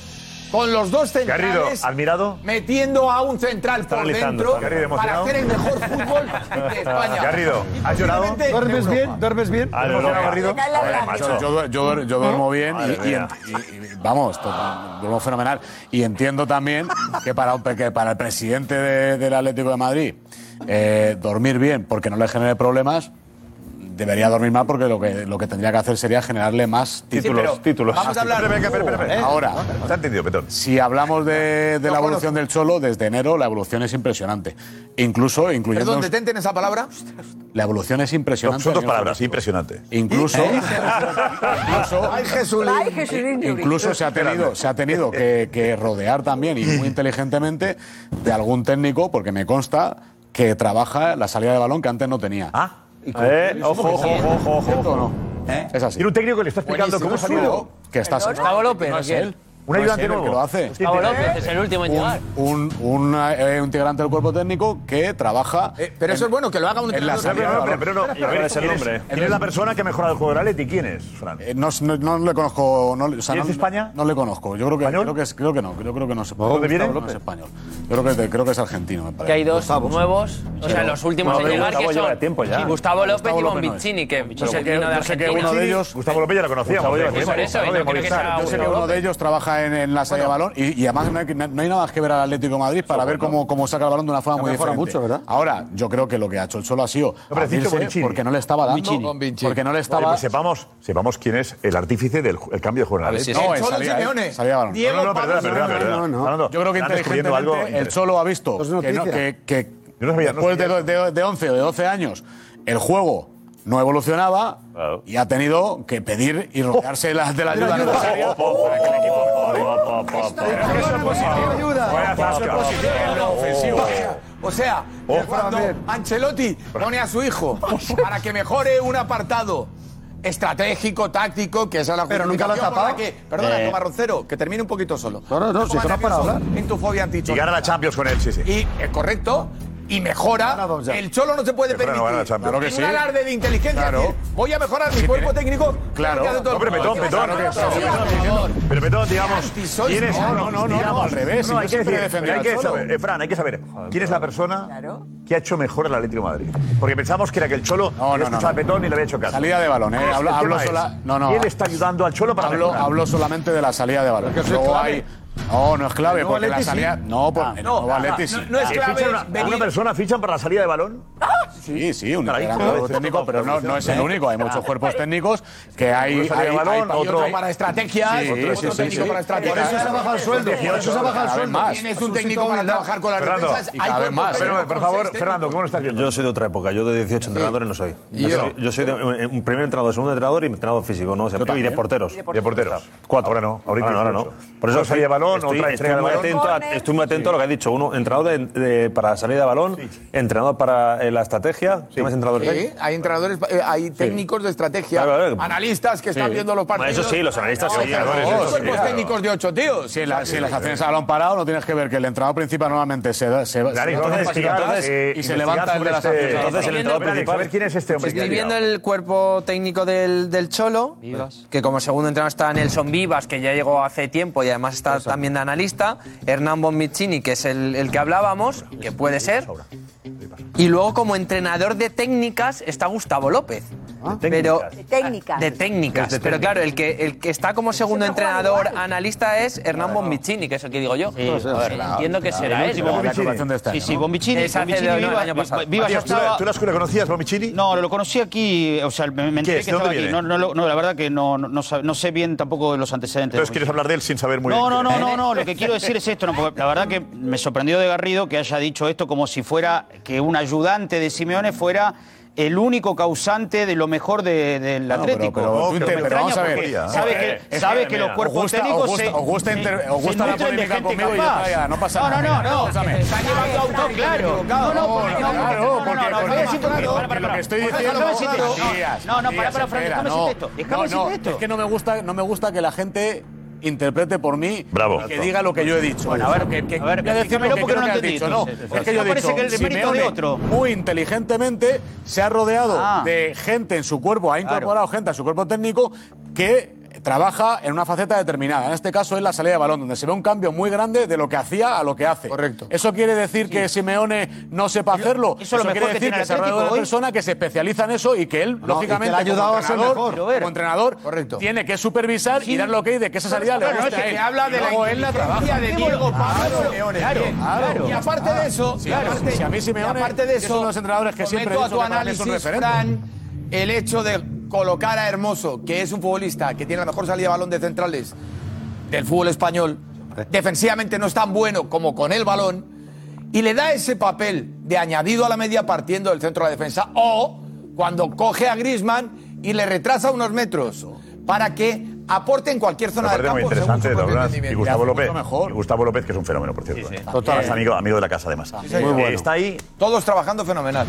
[SPEAKER 11] Con los dos centrales.
[SPEAKER 3] Garrido, admirado.
[SPEAKER 11] metiendo a un central por
[SPEAKER 3] Analizando,
[SPEAKER 11] dentro
[SPEAKER 3] está Garrido,
[SPEAKER 11] para
[SPEAKER 3] emocionado.
[SPEAKER 11] hacer el mejor fútbol de España.
[SPEAKER 3] Garrido,
[SPEAKER 11] Y
[SPEAKER 3] ¿has llorado?
[SPEAKER 11] posiblemente
[SPEAKER 6] ¿Duermes
[SPEAKER 11] de
[SPEAKER 6] bien? ¿Duermes bien?
[SPEAKER 3] Ah, no, no, Garrido.
[SPEAKER 6] Joder, macho.
[SPEAKER 20] Yo, yo- yo duer- yo duermo bien
[SPEAKER 3] Madre
[SPEAKER 20] y, y
[SPEAKER 3] mía.
[SPEAKER 20] en- y- y- vamos, to- duermo fenomenal. Y entiendo también que para, un- que para el presidente de- del Atlético de Madrid eh, dormir bien porque no le genere problemas, debería dormir mal porque lo que, lo que tendría que hacer sería generarle más títulos.
[SPEAKER 3] pero
[SPEAKER 20] títulos.
[SPEAKER 3] vamos a hablar- Espera, espera, espera, espera,
[SPEAKER 11] ¿Eh?
[SPEAKER 3] espera.
[SPEAKER 20] Ahora,
[SPEAKER 3] ¿Te ha entendido, Petón?
[SPEAKER 20] si hablamos de, de la evolución del Cholo, desde enero la evolución es impresionante. Incluso, incluyendo...
[SPEAKER 11] Perdón, detente en esa palabra.
[SPEAKER 20] La evolución es impresionante.
[SPEAKER 3] Son dos palabras, impresionante. ¿Eh?
[SPEAKER 20] Incluso...
[SPEAKER 11] Ay, Jesulín.
[SPEAKER 17] Ay, Jesulín.
[SPEAKER 20] Incluso se ha tenido, se ha tenido que, que rodear también y muy inteligentemente de algún técnico, porque me consta que trabaja la salida de balón que antes no tenía. Ah,
[SPEAKER 18] Eh, ojo, ojo, ojo, ojo, ojo.
[SPEAKER 20] Es así.
[SPEAKER 3] Tiene un técnico que le está explicando cómo
[SPEAKER 20] Buenísimo,
[SPEAKER 3] salió.
[SPEAKER 20] Que está
[SPEAKER 18] Gustavo López,
[SPEAKER 20] No es
[SPEAKER 18] ¿o quién?
[SPEAKER 20] él. Un ayudante nuevo. Que lo hace.
[SPEAKER 13] Gustavo López es el último en llegar.
[SPEAKER 20] Un, un, eh, un integrante del cuerpo técnico que trabaja.
[SPEAKER 11] Eh, pero eso es bueno, que lo haga un
[SPEAKER 20] en la
[SPEAKER 11] entrenador.
[SPEAKER 20] sala-
[SPEAKER 11] Pero no, pero- pero no,
[SPEAKER 20] Espera,
[SPEAKER 11] a ver,
[SPEAKER 20] espera,
[SPEAKER 11] es el
[SPEAKER 20] ¿quién
[SPEAKER 11] hombre.
[SPEAKER 20] ¿quién
[SPEAKER 11] ¿Quién es?
[SPEAKER 20] persona que ha mejorado el juego del Atleti? ¿Quién es, Fran? Eh, no, no, no le conozco. No, o sea,
[SPEAKER 18] ¿Y
[SPEAKER 20] no-
[SPEAKER 18] es de España?
[SPEAKER 20] No le conozco. Yo creo que, creo que, es- creo que no. Yo creo que no es español.
[SPEAKER 18] ¿Dónde viene?
[SPEAKER 20] No es español. Yo creo que, es de- creo que es argentino, me
[SPEAKER 13] Que
[SPEAKER 20] parece.
[SPEAKER 13] hay dos nuevos, o sea,
[SPEAKER 20] Pero-
[SPEAKER 13] los últimos
[SPEAKER 20] Bueno,
[SPEAKER 13] en
[SPEAKER 20] pero
[SPEAKER 13] llegar
[SPEAKER 20] Gustavo
[SPEAKER 13] que
[SPEAKER 20] lleva
[SPEAKER 13] son
[SPEAKER 20] tiempo ya.
[SPEAKER 13] Gustavo López
[SPEAKER 20] Gustavo
[SPEAKER 13] y
[SPEAKER 20] López no es.
[SPEAKER 13] Bombicini, que
[SPEAKER 20] Yo
[SPEAKER 13] es
[SPEAKER 20] sé
[SPEAKER 13] el
[SPEAKER 20] que-
[SPEAKER 13] vino de
[SPEAKER 20] yo sé que uno
[SPEAKER 13] Argentina.
[SPEAKER 20] de ellos. Gustavo López ya lo
[SPEAKER 13] conocíamos, Gustavo ya lo Por eso, conocíamos, ¿no? y no De creo que sea Movistar.
[SPEAKER 20] Yo sé que
[SPEAKER 13] uno.
[SPEAKER 20] uno de ellos trabaja en, en la salida de balón y, y además no hay, que- no hay nada más que ver al Atlético de Madrid para ver cómo, cómo saca el balón de una forma
[SPEAKER 6] Ha
[SPEAKER 20] muy
[SPEAKER 6] mejorado
[SPEAKER 20] diferente.
[SPEAKER 6] mucho, ¿verdad?
[SPEAKER 20] Ahora, yo creo que lo que ha hecho el Cholo ha sido
[SPEAKER 3] pero has dicho
[SPEAKER 20] abrirse
[SPEAKER 3] Bonucci.
[SPEAKER 20] porque no le estaba
[SPEAKER 3] Bonucci.
[SPEAKER 20] dando. Porque no le
[SPEAKER 3] Oye,
[SPEAKER 20] estaba.
[SPEAKER 3] pues sepamos, sepamos quién es el artífice del ju- el cambio de juego en
[SPEAKER 20] A
[SPEAKER 3] la
[SPEAKER 20] ver si
[SPEAKER 3] Leti.
[SPEAKER 20] es- No, El es Cholo salida, ¿eh? Simeone. Salida de balón.
[SPEAKER 3] No, no, no,
[SPEAKER 20] Diego
[SPEAKER 3] perdona,
[SPEAKER 20] Pablo
[SPEAKER 3] perdona,
[SPEAKER 20] Simeone.
[SPEAKER 3] perdona.
[SPEAKER 20] No, no.
[SPEAKER 3] Fernando,
[SPEAKER 20] Yo creo que
[SPEAKER 3] están descubriendo algo
[SPEAKER 20] inteligentemente el
[SPEAKER 3] interesante.
[SPEAKER 20] Cholo ha visto
[SPEAKER 3] Pues
[SPEAKER 20] que, no-
[SPEAKER 3] noticia.
[SPEAKER 20] que- que
[SPEAKER 3] Yo no sabía, no
[SPEAKER 20] después de, do- de- de 11 o de 12 años el juego no evolucionaba y ha tenido que pedir y rodearse de la, de la ayuda necesaria.
[SPEAKER 11] O sea, que cuando Ancelotti pone a su hijo para que mejore un apartado estratégico, táctico, que esa es la
[SPEAKER 6] Pero nunca lo ha
[SPEAKER 11] justificación por la
[SPEAKER 6] tapado.
[SPEAKER 11] que, perdona,
[SPEAKER 6] Eh.
[SPEAKER 11] Tomás Roncero, que termine un poquito solo.
[SPEAKER 6] No, no, no, si
[SPEAKER 11] pongas
[SPEAKER 6] te vas para
[SPEAKER 11] nervioso
[SPEAKER 6] hablar.
[SPEAKER 11] En tu fobia anticholo.
[SPEAKER 3] Y gana la Champions con él, sí, sí.
[SPEAKER 11] Y, eh, correcto, y mejora. El cholo no se puede
[SPEAKER 3] Mejora,
[SPEAKER 11] permitir.
[SPEAKER 3] no gana la Champions. Claro que
[SPEAKER 11] en
[SPEAKER 3] sí.
[SPEAKER 11] un alarde de inteligencia.
[SPEAKER 3] Claro.
[SPEAKER 11] decir, voy a mejorar mi cuerpo técnico.
[SPEAKER 3] Claro.
[SPEAKER 11] que hace todo
[SPEAKER 3] No, pero
[SPEAKER 11] el mundo.
[SPEAKER 3] Petón,
[SPEAKER 11] Claro
[SPEAKER 3] Petón.
[SPEAKER 11] que sí.
[SPEAKER 3] Pero Petón, Pero Petón,
[SPEAKER 20] Ah,
[SPEAKER 3] digamos,
[SPEAKER 11] Anti sois-
[SPEAKER 3] ¿quién es?
[SPEAKER 11] No, no, no, no,
[SPEAKER 3] digamos,
[SPEAKER 11] al revés,
[SPEAKER 3] No,
[SPEAKER 11] yo
[SPEAKER 3] hay que
[SPEAKER 11] siempre
[SPEAKER 3] decir,
[SPEAKER 11] defendí
[SPEAKER 3] pero hay
[SPEAKER 11] al
[SPEAKER 3] que
[SPEAKER 11] Cholo.
[SPEAKER 3] saber, eh, Fran, hay que saber, ¿quién es la persona que ha hecho mejor el Atlético de Madrid? Porque pensamos que era que el Cholo no,
[SPEAKER 20] no,
[SPEAKER 3] escuchaba a
[SPEAKER 20] no.
[SPEAKER 3] Petón y le había hecho
[SPEAKER 20] *laughs*
[SPEAKER 3] caso.
[SPEAKER 20] Salida de balón, ¿eh?
[SPEAKER 3] El
[SPEAKER 20] Hablo-
[SPEAKER 3] tema
[SPEAKER 20] hablo
[SPEAKER 3] es,
[SPEAKER 20] sola- no, no.
[SPEAKER 3] ¿Quién le está ayudando al Cholo para
[SPEAKER 20] Hablo,
[SPEAKER 3] mejorar?
[SPEAKER 20] hablo solamente de la salida de balón.
[SPEAKER 3] Pero que eso es
[SPEAKER 20] Luego
[SPEAKER 3] clave.
[SPEAKER 20] hay- No, no es clave,
[SPEAKER 3] El nuevo
[SPEAKER 20] porque la
[SPEAKER 3] Atleti sí.
[SPEAKER 20] salida. No, por,
[SPEAKER 3] Ah,
[SPEAKER 20] el nuevo
[SPEAKER 3] ah,
[SPEAKER 20] Atleti
[SPEAKER 3] ah,
[SPEAKER 20] sí.
[SPEAKER 3] no, no es
[SPEAKER 20] Ah,
[SPEAKER 3] clave
[SPEAKER 20] fichan una-
[SPEAKER 3] venir-
[SPEAKER 20] ¿Una persona
[SPEAKER 3] fichan para la salida de balón?
[SPEAKER 20] Sí, sí, un
[SPEAKER 3] Caray,
[SPEAKER 20] gran
[SPEAKER 3] joder,
[SPEAKER 20] cuerpo
[SPEAKER 3] esto
[SPEAKER 20] técnico,
[SPEAKER 3] no-
[SPEAKER 20] pero no, no es el
[SPEAKER 3] ¿eh?
[SPEAKER 20] único. Hay muchos cuerpos técnicos que
[SPEAKER 3] Uno
[SPEAKER 20] hay.
[SPEAKER 3] salida de
[SPEAKER 20] hay-
[SPEAKER 3] balón,
[SPEAKER 20] hay pa-
[SPEAKER 3] otro-
[SPEAKER 11] Otro para estrategias,
[SPEAKER 20] Sí,
[SPEAKER 11] otro
[SPEAKER 20] sí, sí,
[SPEAKER 11] técnico
[SPEAKER 20] sí.
[SPEAKER 11] para estrategias.
[SPEAKER 20] Por eso se ha
[SPEAKER 6] bajado el sueldo, por eso se ha bajado el sueldo.
[SPEAKER 20] pues
[SPEAKER 11] Tienes un técnico para trabajar con las
[SPEAKER 3] Fernando,
[SPEAKER 11] defensas.
[SPEAKER 3] y
[SPEAKER 11] hay
[SPEAKER 3] cada vez
[SPEAKER 11] cuerpos
[SPEAKER 3] más.
[SPEAKER 11] técnicos
[SPEAKER 3] Pero, por
[SPEAKER 11] con
[SPEAKER 3] favor,
[SPEAKER 11] seis técnicos.
[SPEAKER 3] Fernando, ¿cómo lo estás viendo?
[SPEAKER 21] Yo soy de otra época, yo de 18 entrenadores no soy.
[SPEAKER 11] ¿Y yo?
[SPEAKER 21] Yo, soy de, eh, un primer entrenador, segundo entrenador y entrenador físico, ¿no? O sea, y de
[SPEAKER 3] también.
[SPEAKER 21] porteros.
[SPEAKER 3] Y de porteros.
[SPEAKER 21] Cuatro. Ahora no,
[SPEAKER 3] ahorita
[SPEAKER 21] ahora, no.
[SPEAKER 3] incluso.
[SPEAKER 21] Por
[SPEAKER 3] Una
[SPEAKER 21] eso
[SPEAKER 3] salida de balón,
[SPEAKER 21] estoy, estoy
[SPEAKER 3] otra entrega de
[SPEAKER 21] muy
[SPEAKER 3] balón.
[SPEAKER 21] atento, a, estoy muy atento a lo que has dicho. Uno, entrenador de- de- para salida de balón, entrenador para eh, la estrategia. ¿Qué más entrenador que hay?
[SPEAKER 11] Sí, hay entrenadores, eh, hay técnicos de estrategia,
[SPEAKER 21] Claro, claro.
[SPEAKER 11] analistas que están
[SPEAKER 21] Sí.
[SPEAKER 11] viendo los
[SPEAKER 21] Bueno,
[SPEAKER 11] partidos.
[SPEAKER 21] eso sí, los analistas sí,
[SPEAKER 11] o sea,
[SPEAKER 21] claro, eso
[SPEAKER 11] los
[SPEAKER 21] sí,
[SPEAKER 11] cuerpos
[SPEAKER 21] claro.
[SPEAKER 11] técnicos de ocho tíos.
[SPEAKER 20] Si, la- si las acciones a balón parado, no tienes que ver que el entrenador principal normalmente se da. Se,
[SPEAKER 3] Dani,
[SPEAKER 20] se
[SPEAKER 3] vamos a
[SPEAKER 20] da un pasito
[SPEAKER 3] investigar,
[SPEAKER 20] atrás y
[SPEAKER 3] eh,
[SPEAKER 20] se
[SPEAKER 3] investigar
[SPEAKER 20] levanta el
[SPEAKER 3] sobre
[SPEAKER 20] de las
[SPEAKER 3] este-
[SPEAKER 20] acciones.
[SPEAKER 3] Entonces, el entrenador principal. A ver, ¿quién es este hombre?
[SPEAKER 13] Estoy viendo el cuerpo técnico del, del Cholo, que como segundo entrenador está Nelson Vivas, que ya llegó hace tiempo y además está también de analista, Hernán Bonvicini, que es el, el que hablábamos, que puede ser, y luego como entrenador de técnicas está Gustavo López. Pero
[SPEAKER 17] De técnica.
[SPEAKER 13] de técnicas, pero claro, el que, el que está como segundo entrenador analista es Hernán Bonvicini, que es el que digo yo.
[SPEAKER 20] Sí,
[SPEAKER 13] A ver,
[SPEAKER 20] claro,
[SPEAKER 13] entiendo que
[SPEAKER 20] claro.
[SPEAKER 13] será
[SPEAKER 20] El
[SPEAKER 13] él.
[SPEAKER 20] último Bonvicini. La contratación de este año, ¿no?
[SPEAKER 13] Esa hace el el año pasado.
[SPEAKER 3] Matías, ¿tú la- tú la- la conocías, Bomichini?
[SPEAKER 15] No, lo conocí aquí, o sea, me, me
[SPEAKER 3] ¿Qué
[SPEAKER 15] enteré
[SPEAKER 3] es?
[SPEAKER 15] que
[SPEAKER 3] ¿De
[SPEAKER 15] estaba
[SPEAKER 3] dónde
[SPEAKER 15] aquí.
[SPEAKER 3] viene?
[SPEAKER 15] No, no, lo- no, la verdad que no, no, no sab- no sé bien tampoco los antecedentes.
[SPEAKER 3] Entonces quieres hablar de él sin saber muy
[SPEAKER 15] no,
[SPEAKER 3] bien.
[SPEAKER 15] No, no, no, no, lo que quiero decir es esto, no, porque la verdad que me sorprendió de Garrido que haya dicho esto como si fuera que un ayudante de Simeone fuera el único causante de lo mejor de- del
[SPEAKER 20] No, pero-
[SPEAKER 15] Atlético.
[SPEAKER 20] pero,
[SPEAKER 3] Oh,
[SPEAKER 20] tú
[SPEAKER 15] Me
[SPEAKER 20] inter- pero
[SPEAKER 15] extraña
[SPEAKER 20] vamos a
[SPEAKER 15] porque
[SPEAKER 20] ver.
[SPEAKER 15] Sabe
[SPEAKER 20] Eh,
[SPEAKER 15] que,
[SPEAKER 20] es
[SPEAKER 15] sabe que
[SPEAKER 20] mira,
[SPEAKER 15] los cuerpos
[SPEAKER 20] os gusta-
[SPEAKER 15] técnicos
[SPEAKER 20] os gusta,
[SPEAKER 15] se-
[SPEAKER 20] os gusta, inter-
[SPEAKER 15] se-
[SPEAKER 20] os
[SPEAKER 15] se
[SPEAKER 20] gusta la
[SPEAKER 15] nutren de
[SPEAKER 20] polémica
[SPEAKER 15] gente
[SPEAKER 20] conmigo y yo
[SPEAKER 15] capaz.
[SPEAKER 20] calla, no pasa nada.
[SPEAKER 15] No, no, no.
[SPEAKER 20] Escúchame.
[SPEAKER 15] Te están llevando a un top, claro. No, no, porque-
[SPEAKER 20] Claro, porque
[SPEAKER 15] no, no,
[SPEAKER 20] porque-
[SPEAKER 15] déjame decirte una
[SPEAKER 20] porque
[SPEAKER 15] cosa.
[SPEAKER 20] lo que estoy
[SPEAKER 15] Déjame
[SPEAKER 20] diciendo
[SPEAKER 15] decirte esto.
[SPEAKER 20] Días,
[SPEAKER 15] No, no,
[SPEAKER 20] días,
[SPEAKER 15] para, para, Fran,
[SPEAKER 20] espera,
[SPEAKER 15] déjame
[SPEAKER 20] no.
[SPEAKER 15] decirte esto. Déjame
[SPEAKER 20] No,
[SPEAKER 15] decirte
[SPEAKER 20] no,
[SPEAKER 15] esto.
[SPEAKER 20] Es que no me gusta, no me gusta que la gente interprete por mí
[SPEAKER 3] Bravo.
[SPEAKER 20] y que diga lo que yo he dicho.
[SPEAKER 15] Bueno, a ver,
[SPEAKER 20] que, que-
[SPEAKER 15] a ver,
[SPEAKER 20] voy a decir lo
[SPEAKER 15] dímelo
[SPEAKER 20] que
[SPEAKER 15] porque
[SPEAKER 20] creo
[SPEAKER 15] no
[SPEAKER 20] que has
[SPEAKER 15] entendí,
[SPEAKER 20] dicho,
[SPEAKER 15] entonces.
[SPEAKER 20] no. Es que yo he
[SPEAKER 15] Parece
[SPEAKER 20] dicho,
[SPEAKER 15] que el mérito de
[SPEAKER 20] Simeone
[SPEAKER 15] otro.
[SPEAKER 20] muy inteligentemente se ha rodeado
[SPEAKER 15] Ah.
[SPEAKER 20] de gente en su cuerpo, ha incorporado gente a su cuerpo técnico que trabaja en una faceta determinada. En este caso es la salida de balón, donde se ve un cambio muy grande de lo que hacía a lo que hace. Correcto. ¿Eso quiere decir que Simeone no sepa hacerlo?
[SPEAKER 15] eso es lo mejor
[SPEAKER 20] quiere
[SPEAKER 15] que
[SPEAKER 20] decir
[SPEAKER 15] tiene
[SPEAKER 20] que
[SPEAKER 15] el
[SPEAKER 20] se ha rodeado de
[SPEAKER 15] Atlético
[SPEAKER 20] una
[SPEAKER 15] hoy.
[SPEAKER 20] persona que se especializa en eso y que él, lógicamente,
[SPEAKER 6] le ha ayudado
[SPEAKER 20] como
[SPEAKER 6] a ser
[SPEAKER 20] entrenador,
[SPEAKER 6] mejor.
[SPEAKER 20] como entrenador, tiene que supervisar y dar lo que hay de que esa salida le
[SPEAKER 11] Claro,
[SPEAKER 20] gusta
[SPEAKER 11] es que
[SPEAKER 20] a él.
[SPEAKER 11] habla de
[SPEAKER 20] Y
[SPEAKER 11] la
[SPEAKER 20] luego él
[SPEAKER 11] inteligencia
[SPEAKER 20] trabaja.
[SPEAKER 11] de Diego Pablo Simeone.
[SPEAKER 20] Claro,
[SPEAKER 11] Bien,
[SPEAKER 20] claro.
[SPEAKER 11] Y aparte de eso,
[SPEAKER 20] Sí,
[SPEAKER 11] y
[SPEAKER 20] claro.
[SPEAKER 11] aparte-
[SPEAKER 20] Si a mí Simeone,
[SPEAKER 11] y aparte de
[SPEAKER 20] que es uno
[SPEAKER 11] eso,
[SPEAKER 20] de los entrenadores que siempre he
[SPEAKER 11] someto a
[SPEAKER 20] dicho
[SPEAKER 11] tu
[SPEAKER 20] que para mí es un
[SPEAKER 11] análisis,
[SPEAKER 20] referente.
[SPEAKER 11] Fran, el hecho de colocar a Hermoso, que es un futbolista que tiene la mejor salida de balón de centrales del fútbol español, defensivamente no es tan bueno como con el balón, y le da ese papel de añadido a la media partiendo del centro de la defensa, o cuando coge a Grisman y le retrasa unos metros para que aporte en cualquier
[SPEAKER 3] Una
[SPEAKER 11] zona del
[SPEAKER 3] parte muy
[SPEAKER 11] campo. según
[SPEAKER 3] interesante
[SPEAKER 11] su
[SPEAKER 3] de
[SPEAKER 11] propio
[SPEAKER 3] Doblas y
[SPEAKER 11] entendimiento.
[SPEAKER 3] Gustavo López. Y Gustavo López, que es un fenómeno, por cierto. ¿eh?
[SPEAKER 11] Total.
[SPEAKER 3] Es amigo, amigo de la casa, además.
[SPEAKER 11] señor. Muy
[SPEAKER 3] Eh,
[SPEAKER 11] bueno.
[SPEAKER 3] Está ahí
[SPEAKER 11] Todos trabajando fenomenal.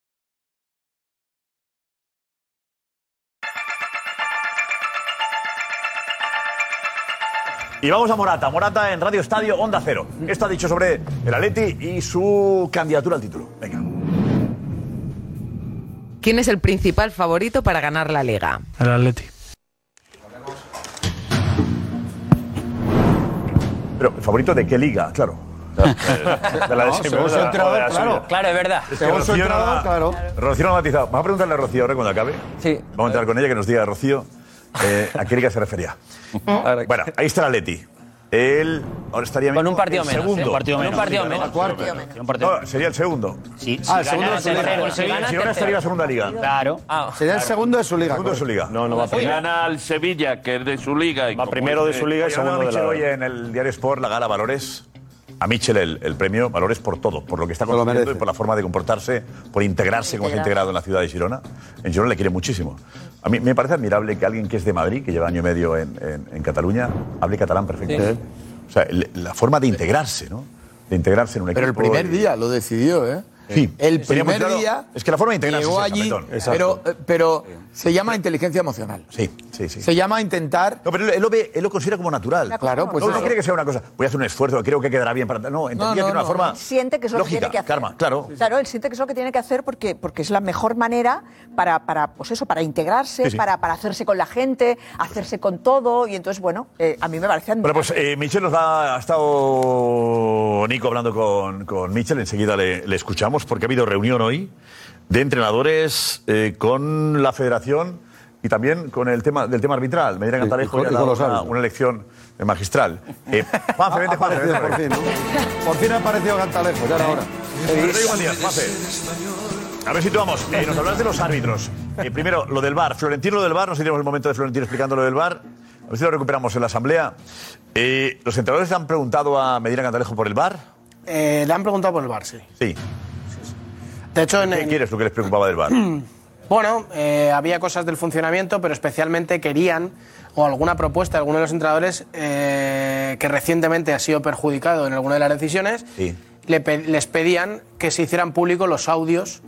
[SPEAKER 3] Y vamos a Morata. Morata en Radio Estadio Onda Cero. Esto ha dicho sobre el Atleti y su candidatura al título. Venga.
[SPEAKER 8] ¿Quién es el principal favorito para ganar la liga?
[SPEAKER 22] El Atleti.
[SPEAKER 3] Pero, ¿favorito de qué liga?
[SPEAKER 18] *laughs*
[SPEAKER 3] Claro. De la de
[SPEAKER 18] No,
[SPEAKER 3] siempre,
[SPEAKER 18] según
[SPEAKER 3] de
[SPEAKER 18] su
[SPEAKER 3] la-
[SPEAKER 18] entrenador,
[SPEAKER 3] o de la
[SPEAKER 18] claro.
[SPEAKER 3] suya.
[SPEAKER 18] Claro, es verdad.
[SPEAKER 3] que
[SPEAKER 18] Según su
[SPEAKER 3] Rocío no
[SPEAKER 18] entrenador,
[SPEAKER 3] la-
[SPEAKER 18] claro.
[SPEAKER 3] Rocío no ha matizado. Vamos a preguntarle a Rocío ahora cuando acabe. Sí. Vamos a entrar con ella que nos diga Rocío eh, a qué liga se refería. bueno, ahí está el Atleti. Él ahora estaría
[SPEAKER 15] Con un partido
[SPEAKER 3] el
[SPEAKER 15] menos,
[SPEAKER 3] segundo.
[SPEAKER 15] ¿eh? Un partido Con un menos. partido menos.
[SPEAKER 3] El cuarto.
[SPEAKER 15] Un partido menos. Un partido
[SPEAKER 3] No, sería el segundo.
[SPEAKER 15] si Ah, el gana, segundo de su liga. tercero.
[SPEAKER 3] Si
[SPEAKER 15] Si gana,
[SPEAKER 3] no, estaría
[SPEAKER 15] tercero.
[SPEAKER 3] la segunda liga.
[SPEAKER 15] Claro. Ah,
[SPEAKER 6] Sería el
[SPEAKER 15] claro.
[SPEAKER 6] segundo de su liga.
[SPEAKER 3] Segundo de su liga.
[SPEAKER 6] No, no va
[SPEAKER 15] Si gana al Sevilla, que es de su liga. y como es
[SPEAKER 3] Oye, hablaba Michel hoy en el diario Sport, la gala Valores. A Michel el, el premio Valores por todo, por lo que está
[SPEAKER 6] lo
[SPEAKER 3] consiguiendo
[SPEAKER 6] merece.
[SPEAKER 3] y por la forma de comportarse, por integrarse como se ha integrado en la ciudad de Girona. En Girona le quiere muchísimo. A mí me parece admirable que alguien que es de Madrid, que lleva año y medio en, en- en Cataluña, hable catalán perfectamente. O sea, le- la forma de integrarse, ¿no? De integrarse en un equipo.
[SPEAKER 11] Pero el primer
[SPEAKER 3] y-
[SPEAKER 11] día lo decidió, ¿eh?
[SPEAKER 3] Sí.
[SPEAKER 11] El
[SPEAKER 3] Tenía muy
[SPEAKER 11] primer
[SPEAKER 3] claro-
[SPEAKER 11] día.
[SPEAKER 3] es que la forma de integrarse
[SPEAKER 11] llegó
[SPEAKER 3] es esa,
[SPEAKER 11] allí,
[SPEAKER 3] Petón.
[SPEAKER 11] pero,
[SPEAKER 3] Exacto.
[SPEAKER 11] eh, pero se llama inteligencia emocional.
[SPEAKER 3] Sí, sí, sí.
[SPEAKER 11] Se llama intentar.
[SPEAKER 3] No, pero él lo, ve, él lo considera como natural.
[SPEAKER 11] Claro, pues.
[SPEAKER 3] no, no
[SPEAKER 11] eso.
[SPEAKER 3] cree que sea una cosa. Voy a hacer un esfuerzo, creo que quedará bien para. No, entendía
[SPEAKER 11] no,
[SPEAKER 3] que era una
[SPEAKER 11] no.
[SPEAKER 3] forma.
[SPEAKER 17] siente que es lo
[SPEAKER 3] lógica,
[SPEAKER 17] que tiene que hacer.
[SPEAKER 3] Karma, claro.
[SPEAKER 17] Claro, él siente que es lo que tiene que hacer porque, porque es la mejor manera para, para, pues eso, para integrarse,
[SPEAKER 3] Sí, sí.
[SPEAKER 17] Para, para hacerse con la gente, hacerse con todo. Y entonces, bueno, eh, a mí me parece
[SPEAKER 3] Bueno, pues
[SPEAKER 17] admirable.
[SPEAKER 3] eh, Michel nos da, ha estado Nico hablando con, con Michel, enseguida le, le escuchamos porque ha habido reunión hoy de entrenadores eh, con la federación y también con el tema del tema arbitral. Me dirán Cantalejo
[SPEAKER 6] y con-
[SPEAKER 3] ya ha
[SPEAKER 6] y con
[SPEAKER 3] dado
[SPEAKER 6] los
[SPEAKER 3] una,
[SPEAKER 6] árbitros.
[SPEAKER 3] una elección eh, magistral. Eh,
[SPEAKER 6] *laughs*
[SPEAKER 3] Juanfe, vente,
[SPEAKER 6] Aparecido,
[SPEAKER 3] Juanfe, vente,
[SPEAKER 6] Ah, por fin,
[SPEAKER 3] vente.
[SPEAKER 6] ¿no? Por fin ha aparecido Cantalejo, ya era hora.
[SPEAKER 3] Rodrigo Matías, Juanfe. A ver, situamos. Eh, nos hablas de los árbitros. Eh, primero, lo del bar. Florentino, lo del bar. Nos iremos el momento de Florentino explicando lo del bar. A ver si lo recuperamos en la asamblea. Eh, ¿Los entrenadores le han preguntado a Medina Cantalejo por el bar?
[SPEAKER 4] Eh, le han preguntado por el bar, sí.
[SPEAKER 3] Sí.
[SPEAKER 4] De hecho, en,
[SPEAKER 3] ¿Qué quieres lo que les preocupaba
[SPEAKER 4] *clears throat*
[SPEAKER 3] del bar?
[SPEAKER 4] Bueno, eh, había cosas del funcionamiento, pero especialmente querían, o alguna propuesta de alguno de los entrenadores eh, que recientemente ha sido perjudicado en alguna de las decisiones,
[SPEAKER 3] Sí.
[SPEAKER 4] le pe- les pedían que se hicieran públicos los audios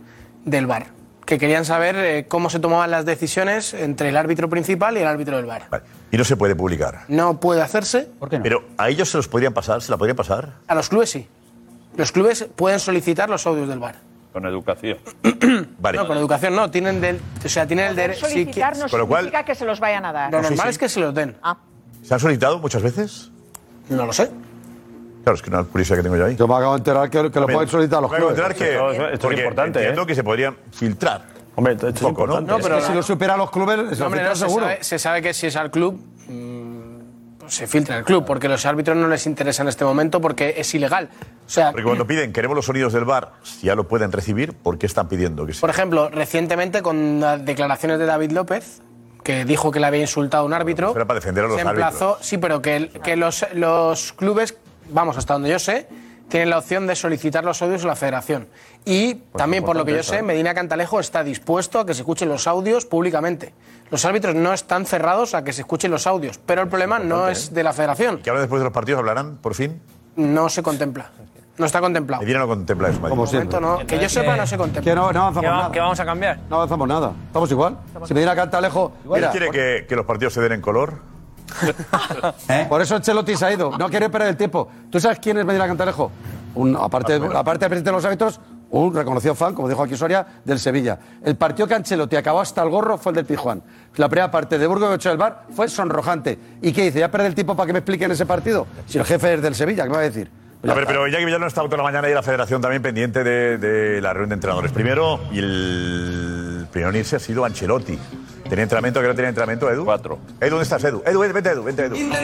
[SPEAKER 4] del VAR, que querían saber eh, cómo se tomaban las decisiones entre el árbitro principal y el árbitro del VAR.
[SPEAKER 3] Y no se puede publicar.
[SPEAKER 4] No puede hacerse.
[SPEAKER 3] Pero a ellos se los podrían pasar, se la podrían pasar.
[SPEAKER 4] A los clubes sí. Los clubes pueden solicitar los audios del VAR.
[SPEAKER 16] Con educación.
[SPEAKER 4] *clears throat*
[SPEAKER 3] Vale.
[SPEAKER 4] No, con educación no, tienen del, o sea, tienen el derecho.
[SPEAKER 17] Solicitar no significa que se los vayan a dar.
[SPEAKER 4] Lo normal es que se los den.
[SPEAKER 3] ¿Se han solicitado muchas veces?
[SPEAKER 4] No lo sé.
[SPEAKER 3] Claro, es que una curiosidad que tengo yo ahí. Yo
[SPEAKER 6] me acabo de enterar que, que lo pueden solicitar los
[SPEAKER 3] Me acabo
[SPEAKER 6] clubes.
[SPEAKER 3] de enterar
[SPEAKER 6] Esto-
[SPEAKER 3] que,
[SPEAKER 6] esto es
[SPEAKER 3] porque
[SPEAKER 6] importante, ¿eh?
[SPEAKER 3] entiendo que se podrían filtrar. Hombre, esto es
[SPEAKER 6] importante. No, pero
[SPEAKER 3] es
[SPEAKER 6] si lo supera a los clubes, se lo
[SPEAKER 4] No, hombre,
[SPEAKER 6] filtra
[SPEAKER 4] no, se,
[SPEAKER 6] seguro.
[SPEAKER 4] sabe, se sabe que si es al club, mm, pues se filtra el club, porque los árbitros no les interesa en este momento porque es ilegal. O sea,
[SPEAKER 3] Porque cuando piden, queremos los sonidos del bar, si ya lo pueden recibir, ¿por qué están pidiendo que sí?
[SPEAKER 4] por ejemplo, recientemente con las declaraciones de David López, que dijo que le había insultado a un árbitro,
[SPEAKER 3] Era para defender a los
[SPEAKER 4] se
[SPEAKER 3] árbitros.
[SPEAKER 4] emplazó, sí, pero que, el- que los, los clubes, vamos, hasta donde yo sé, tienen la opción de solicitar los audios a la federación. Y también, por lo que yo
[SPEAKER 23] importante
[SPEAKER 4] sé,
[SPEAKER 23] eso, ¿eh?
[SPEAKER 4] Medina Cantalejo está dispuesto a que se escuchen los audios públicamente. Los árbitros no están cerrados a que se escuchen los audios, pero el problema no es
[SPEAKER 3] ¿eh?
[SPEAKER 4] de la federación,
[SPEAKER 3] ¿Que ahora después de los partidos hablarán, por fin?
[SPEAKER 4] no se contempla. No está contemplado.
[SPEAKER 3] Medina no contempla eso. Como
[SPEAKER 4] siempre. no. Que yo sepa, no se contempla.
[SPEAKER 6] Eh, Que no, no avanzamos
[SPEAKER 4] Que va-
[SPEAKER 6] nada.
[SPEAKER 4] que vamos a cambiar?
[SPEAKER 6] No avanzamos nada. Estamos igual. Si me diera Cantalejo...
[SPEAKER 3] ¿Él
[SPEAKER 6] Mira,
[SPEAKER 3] quiere que, que los partidos se den en color?
[SPEAKER 6] ¿Eh? Por eso Ancelotti se ha ido. No quiere perder el tiempo. ¿Tú sabes quién es Medina Cantalejo? Un, aparte, aparte del presidente de los árbitros, un reconocido fan, como dijo aquí Soria, del Sevilla. El partido que Ancelotti acabó hasta el gorro fue el del Pijuán. La primera parte de Burgos 8 del Bar fue sonrojante. ¿Y qué dice? ¿Ya perder el tiempo para que me expliquen ese partido? Si el jefe es del Sevilla, ¿qué me va a decir?
[SPEAKER 3] A ver, pero ya que Villalón está toda la mañana y la federación también pendiente de, de la reunión de entrenadores. Primero, y el primero en irse ha sido Ancelotti. ¿Tenía entrenamiento que no tenía entrenamiento, Edu? Cuatro. Edu, ¿dónde estás, Edu? Edu, vente, vente, Edu. Vente, Edu. ¿A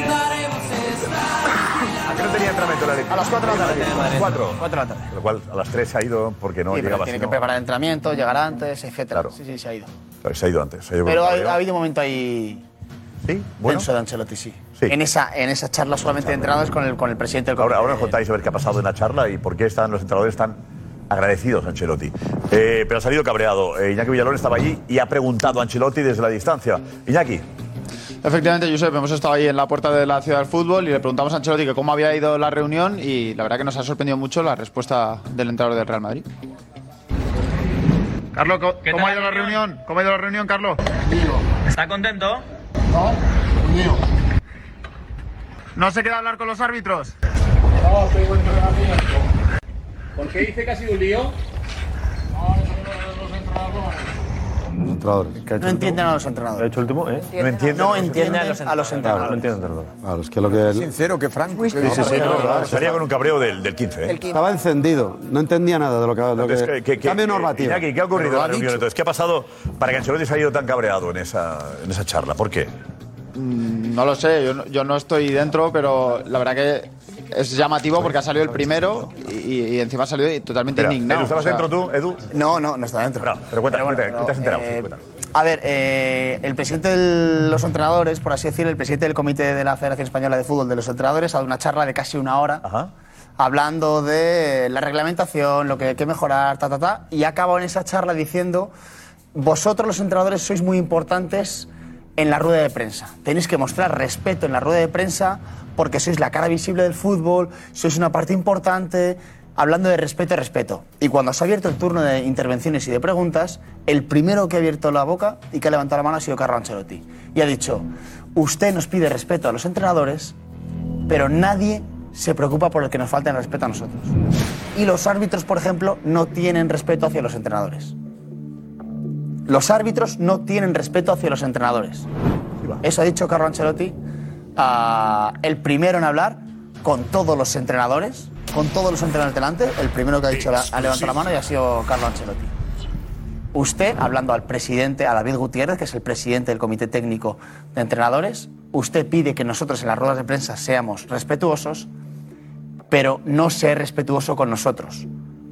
[SPEAKER 3] qué no tenía entrenamiento el Atlético?
[SPEAKER 24] A las cuatro de la tarde.
[SPEAKER 3] A las 4.
[SPEAKER 24] Cuatro de la tarde.
[SPEAKER 3] Lo cual a las 3 ha ido porque no
[SPEAKER 24] Sí, pero
[SPEAKER 3] llegaba.
[SPEAKER 24] tiene
[SPEAKER 3] sino-
[SPEAKER 24] que preparar el entrenamiento, llegar antes, etcétera. Sí, sí, se ha ido.
[SPEAKER 3] Claro, Se ha ido antes. se ha ido
[SPEAKER 24] Pero
[SPEAKER 3] por
[SPEAKER 24] ha,
[SPEAKER 3] el
[SPEAKER 24] ha habido un momento ahí.
[SPEAKER 3] Sí,
[SPEAKER 24] bueno. Tenso de Ancelotti, sí. En, esa, en esa charla solamente de entrenadores con el, con el presidente del
[SPEAKER 3] Ahora, ahora nos contáis a ver qué ha pasado en la charla y por qué están los entrenadores tan agradecidos a Ancelotti. Eh, pero ha salido cabreado. Eh, Iñaki Villalón estaba allí y ha preguntado a Ancelotti desde la distancia. Iñaki,
[SPEAKER 1] Efectivamente, Josep, hemos estado ahí en la puerta de la Ciudad del Fútbol y le preguntamos a Ancelotti que cómo había ido la reunión y la verdad que nos ha sorprendido mucho la respuesta del entrenador del Real Madrid.
[SPEAKER 24] Carlos,
[SPEAKER 1] ¿Cómo ha ido la reunión? ¿Cómo ha ido la reunión, Carlos?
[SPEAKER 5] ¿Está contento?
[SPEAKER 24] No, unido.
[SPEAKER 1] ¿No se queda a hablar con los árbitros?
[SPEAKER 24] No, estoy buen entrenamiento.
[SPEAKER 7] ¿Por qué dice que ha sido un lío?
[SPEAKER 6] Los entrenadores.
[SPEAKER 24] No entienden a los entrenadores.
[SPEAKER 6] ¿Ha hecho el último? ¿Eh?
[SPEAKER 24] No entienden, no entienden a los entrenadores.
[SPEAKER 6] No entienden, perdón. Claro, es que lo que.
[SPEAKER 11] Sincero, que franco.
[SPEAKER 6] Sí, sí, sí, no, no,
[SPEAKER 3] estaría con un cabreo del, del 15. ¿eh?
[SPEAKER 6] Estaba encendido, no entendía nada de lo que. Lo
[SPEAKER 3] Entonces,
[SPEAKER 6] que,
[SPEAKER 3] ¿qué- qué-
[SPEAKER 6] cambio
[SPEAKER 3] qué-
[SPEAKER 6] normativo.
[SPEAKER 3] eh, Iñaki, ¿qué ha ocurrido en
[SPEAKER 6] Pero
[SPEAKER 3] la
[SPEAKER 6] lo
[SPEAKER 3] reunión
[SPEAKER 6] dicho.
[SPEAKER 3] entonces? ¿Qué ha pasado para que Ancelotti se haya ido tan cabreado en esa, en esa charla? ¿Por qué?
[SPEAKER 1] Mm, No lo sé, yo no, yo no estoy dentro, pero la verdad que es llamativo porque ha salido el primero y, y encima ha salido totalmente
[SPEAKER 3] Espera,
[SPEAKER 1] indignado.
[SPEAKER 3] Edu, ¿estabas
[SPEAKER 1] o sea-
[SPEAKER 3] dentro tú, Edu?
[SPEAKER 24] No, no, no estaba dentro.
[SPEAKER 3] Pero
[SPEAKER 24] Pero
[SPEAKER 3] cuéntame,
[SPEAKER 24] bueno,
[SPEAKER 3] cuéntame, ¿qué te has enterado?
[SPEAKER 24] eh,
[SPEAKER 3] Sí, cuéntame.
[SPEAKER 24] A ver, eh, el presidente de los entrenadores, por así decirlo, el presidente del Comité de la Federación Española de Fútbol de los Entrenadores, ha dado una charla de casi una hora hablando de la reglamentación, lo que hay que mejorar, ta, ta, ta, y ha acabado en esa charla diciendo, vosotros los entrenadores sois muy importantes en la rueda de prensa. Tenéis que mostrar respeto en la rueda de prensa porque sois la cara visible del fútbol, sois una parte importante, hablando de respeto y respeto. Y cuando se ha abierto el turno de intervenciones y de preguntas, el primero que ha abierto la boca y que ha levantado la mano ha sido Carlo Ancelotti. Y ha dicho, usted nos pide respeto a los entrenadores, pero nadie se preocupa por el que nos falta el respeto a nosotros. Y los árbitros, por ejemplo, no tienen respeto hacia los entrenadores. Los árbitros no tienen respeto hacia los entrenadores. Eso ha dicho Carlo Ancelotti, ah, el primero en hablar con todos los entrenadores, con todos los entrenadores delante. El primero que ha dicho la- ha levantado la mano y ha sido Carlo Ancelotti. Usted, hablando al presidente, a David Gutiérrez, que es el presidente del Comité Técnico de Entrenadores, usted pide que nosotros en las ruedas de prensa seamos respetuosos, pero no ser respetuoso con nosotros.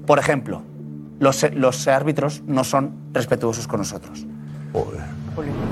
[SPEAKER 24] Por ejemplo, los, los árbitros no son respetuosos con nosotros.
[SPEAKER 3] Muy bien.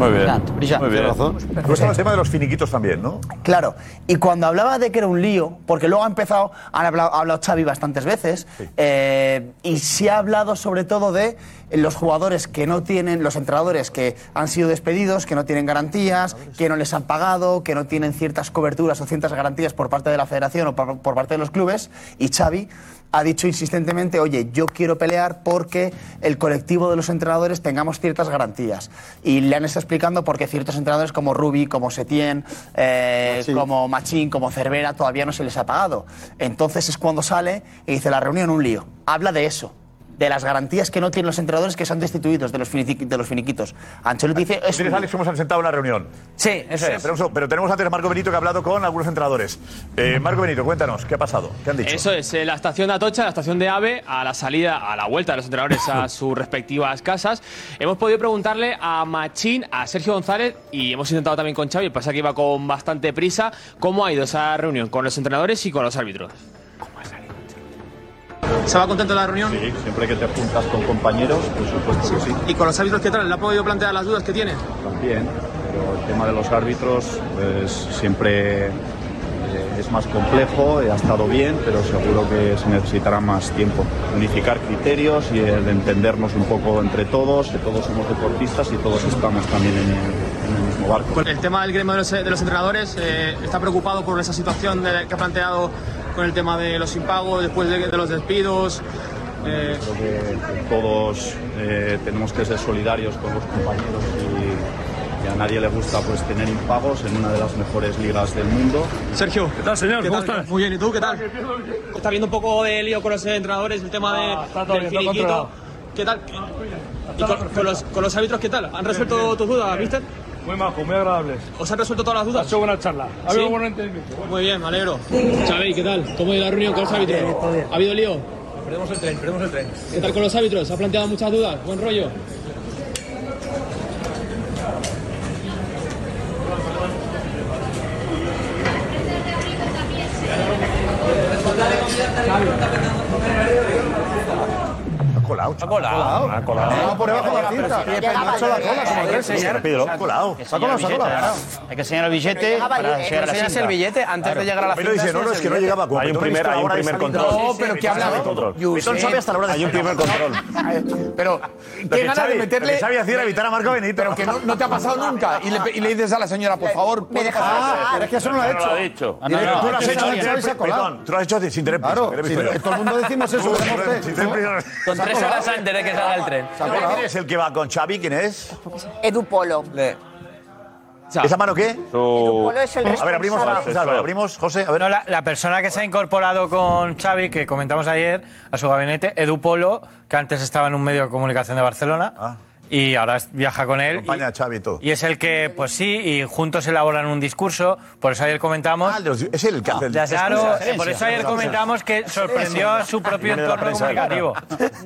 [SPEAKER 24] Brillante, brillante.
[SPEAKER 3] Muy bien.
[SPEAKER 24] Tienes razón.
[SPEAKER 3] Luego estaba el tema de los finiquitos también, ¿no?
[SPEAKER 24] Claro, y cuando hablaba de que era un lío, porque luego ha empezado, han hablado, ha hablado Xavi bastantes veces, eh, y se ha hablado sobre todo de los jugadores que no tienen, los entrenadores que han sido despedidos, que no tienen garantías, que no les han pagado, que no tienen ciertas coberturas o ciertas garantías por parte de la federación o por, por parte de los clubes, y Xavi ha dicho insistentemente, oye, yo quiero pelear porque el colectivo de los entrenadores tengamos ciertas garantías. Y le han estado explicando por qué ciertos entrenadores como Rubi, como Setién, eh, como Machín, como Cervera, todavía no se les ha pagado. Entonces es cuando sale y dice, la reunión un lío. Habla de eso, de las garantías que no tienen los entrenadores que son destituidos de los, finiqui- de los finiquitos. Ancelotti dice, es un
[SPEAKER 3] Tienes,
[SPEAKER 24] lío.
[SPEAKER 3] Alex, hemos sentado en la reunión.
[SPEAKER 24] Sí, eso es.
[SPEAKER 3] Pero, eso- pero tenemos antes a Marco Benito que ha hablado con algunos entrenadores. Eh, Marco Benito, cuéntanos, ¿qué ha pasado? ¿Qué han dicho?
[SPEAKER 7] Eso es, eh, la estación de Atocha, la estación de AVE, a la salida, a la vuelta de los entrenadores *laughs* a sus respectivas casas. Hemos podido preguntarle a Machín, a Sergio González y hemos intentado también con Xavi, pasa que iba con bastante prisa, cómo ha ido esa reunión con los entrenadores y con los árbitros.
[SPEAKER 22] ¿Se va contento de la reunión? Sí, siempre que te apuntas con compañeros, por supuesto que sí.
[SPEAKER 7] ¿Y con los árbitros qué tal? ¿Le ha podido plantear las dudas que tiene?
[SPEAKER 22] También, pero el tema de los árbitros pues, siempre eh, es más complejo, eh, ha estado bien, pero seguro que se necesitará más tiempo. Unificar criterios y el entendernos un poco entre todos, que todos somos deportistas y todos estamos también en el- en el mismo barco.
[SPEAKER 7] El tema del gremio de los, de los entrenadores, eh, ¿está preocupado por esa situación de- que ha planteado con el tema de los impagos, después de, de los despidos? Eh,
[SPEAKER 22] Creo que todos eh, tenemos que ser solidarios con los compañeros y, y a nadie le gusta pues tener impagos en una de las mejores ligas del mundo.
[SPEAKER 7] Sergio, ¿qué tal, señor? ¿Cómo estás? Muy bien, ¿y tú qué tal? Está viendo un poco de lío con los entrenadores, el tema de, Ah, todo del bien, todo finiquito. controlado. ¿Qué tal? ¿Y con, con los, con los árbitros qué tal? ¿Han resuelto tus dudas, mister? Muy majo, muy agradables. ¿Os han resuelto todas las dudas? Ha hecho buena charla. Ha habido buen Muy bien, me alegro. Xavi, ¿qué tal? ¿Cómo ha ido la reunión con los árbitros? ¿Ha habido lío? Perdemos el tren, perdemos el tren. ¿Qué tal con los árbitros? ¿Ha planteado muchas dudas? ¿Buen rollo?
[SPEAKER 3] Ha colado. Ha colado. Ha Ah, colado.
[SPEAKER 6] No, por debajo de la
[SPEAKER 3] cinta.
[SPEAKER 15] Pídelo.
[SPEAKER 3] colado.
[SPEAKER 15] Sácalo, sácalo. Hay que enseñar el billete
[SPEAKER 4] Llegaba
[SPEAKER 15] para
[SPEAKER 4] allí,
[SPEAKER 15] llegar a la
[SPEAKER 4] enseñas
[SPEAKER 15] cinta.
[SPEAKER 4] el billete antes de llegar a la
[SPEAKER 15] Pero
[SPEAKER 4] cinta, enseñas el billete.
[SPEAKER 3] Hay un primer, hay un primer control.
[SPEAKER 4] No, pero que habla.
[SPEAKER 3] Betón sabe hasta la hora de
[SPEAKER 4] Hay un
[SPEAKER 3] salir.
[SPEAKER 4] primer
[SPEAKER 11] *laughs*
[SPEAKER 3] control.
[SPEAKER 11] Pero,
[SPEAKER 3] Lo
[SPEAKER 11] ¿qué
[SPEAKER 3] que
[SPEAKER 11] ganas
[SPEAKER 3] Xavi-
[SPEAKER 11] de meterle?
[SPEAKER 3] lo que Xavi hacía era evitar a Marco Benito.
[SPEAKER 11] Pero que no, no te ha pasado
[SPEAKER 3] *laughs*
[SPEAKER 11] nunca. Y le, y le dices a la señora, por favor,
[SPEAKER 3] Me
[SPEAKER 11] puede
[SPEAKER 3] dejas
[SPEAKER 11] pasar. Ah,
[SPEAKER 3] hacer. Pero Ah, no lo ha dicho. Ah, no,
[SPEAKER 11] Dile,
[SPEAKER 3] no,
[SPEAKER 11] tú
[SPEAKER 3] no,
[SPEAKER 11] lo has
[SPEAKER 3] no,
[SPEAKER 11] hecho
[SPEAKER 3] no,
[SPEAKER 11] sin
[SPEAKER 3] no,
[SPEAKER 11] querer y se ha
[SPEAKER 3] no,
[SPEAKER 11] colado.
[SPEAKER 3] perdón, tú lo has hecho sin tener prisa,
[SPEAKER 6] Claro,
[SPEAKER 3] que lo he
[SPEAKER 6] si
[SPEAKER 3] visto yo.
[SPEAKER 6] todo el mundo decimos eso.
[SPEAKER 3] Tú,
[SPEAKER 6] ¿verdad,
[SPEAKER 3] sin tener-
[SPEAKER 6] usted?
[SPEAKER 3] sin tener prisa.
[SPEAKER 6] Con tres horas
[SPEAKER 3] antes de que salga el tren. ¿Quién es el que va con Xavi? ¿Quién es?
[SPEAKER 17] Edu Polo.
[SPEAKER 3] ¿Esa mano qué?
[SPEAKER 17] Polo es el
[SPEAKER 3] A ver, abrimos,
[SPEAKER 17] responsable.
[SPEAKER 3] Álvaro, Álvaro, abrimos, José. A ver.
[SPEAKER 12] No, la, la persona que se ha incorporado con Xavi, que comentamos ayer, a su gabinete, Edu Polo, que antes estaba en un medio de comunicación de Barcelona. Y ahora es- viaja con él.
[SPEAKER 3] Ah. Acompaña a Xavi y todo.
[SPEAKER 12] Y es el que, pues sí, y juntos elaboran un discurso. Por eso ayer comentamos.
[SPEAKER 3] Ah,
[SPEAKER 12] Ah,
[SPEAKER 3] es el que hace el
[SPEAKER 12] Ya,
[SPEAKER 3] discurso.
[SPEAKER 12] claro, eh,
[SPEAKER 3] Excelencia.
[SPEAKER 12] por eso ayer comentamos que sorprendió a su propio
[SPEAKER 3] Viene de la
[SPEAKER 12] entorno
[SPEAKER 3] prensa,
[SPEAKER 12] comunicativo.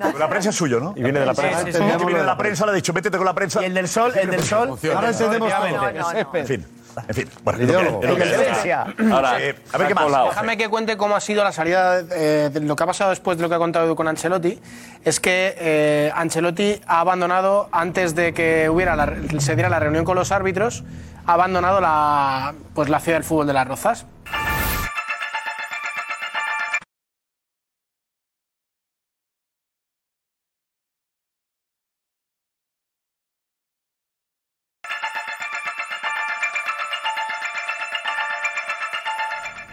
[SPEAKER 3] Pero La prensa es suyo, ¿no? Y viene de la
[SPEAKER 12] prensa.
[SPEAKER 3] Sí, sí, sí. El que viene de la prensa le ha dicho, métete con la prensa. Y el del sol, el del sol.
[SPEAKER 12] Ahora entendemos todo.
[SPEAKER 3] En fin, en fin. Bueno,
[SPEAKER 12] El
[SPEAKER 3] lo que-
[SPEAKER 12] ideólogo.
[SPEAKER 3] lo que-
[SPEAKER 4] Iglesia.
[SPEAKER 3] Ahora, eh, a ver qué más.
[SPEAKER 4] Déjame que cuente cómo ha sido la salida, eh, de lo que ha pasado después de lo que ha contado Edu con Ancelotti. Es que eh, Ancelotti ha abandonado, antes de que hubiera la- se diera la reunión con los árbitros, ha abandonado la, pues, la ciudad del fútbol de Las Rozas.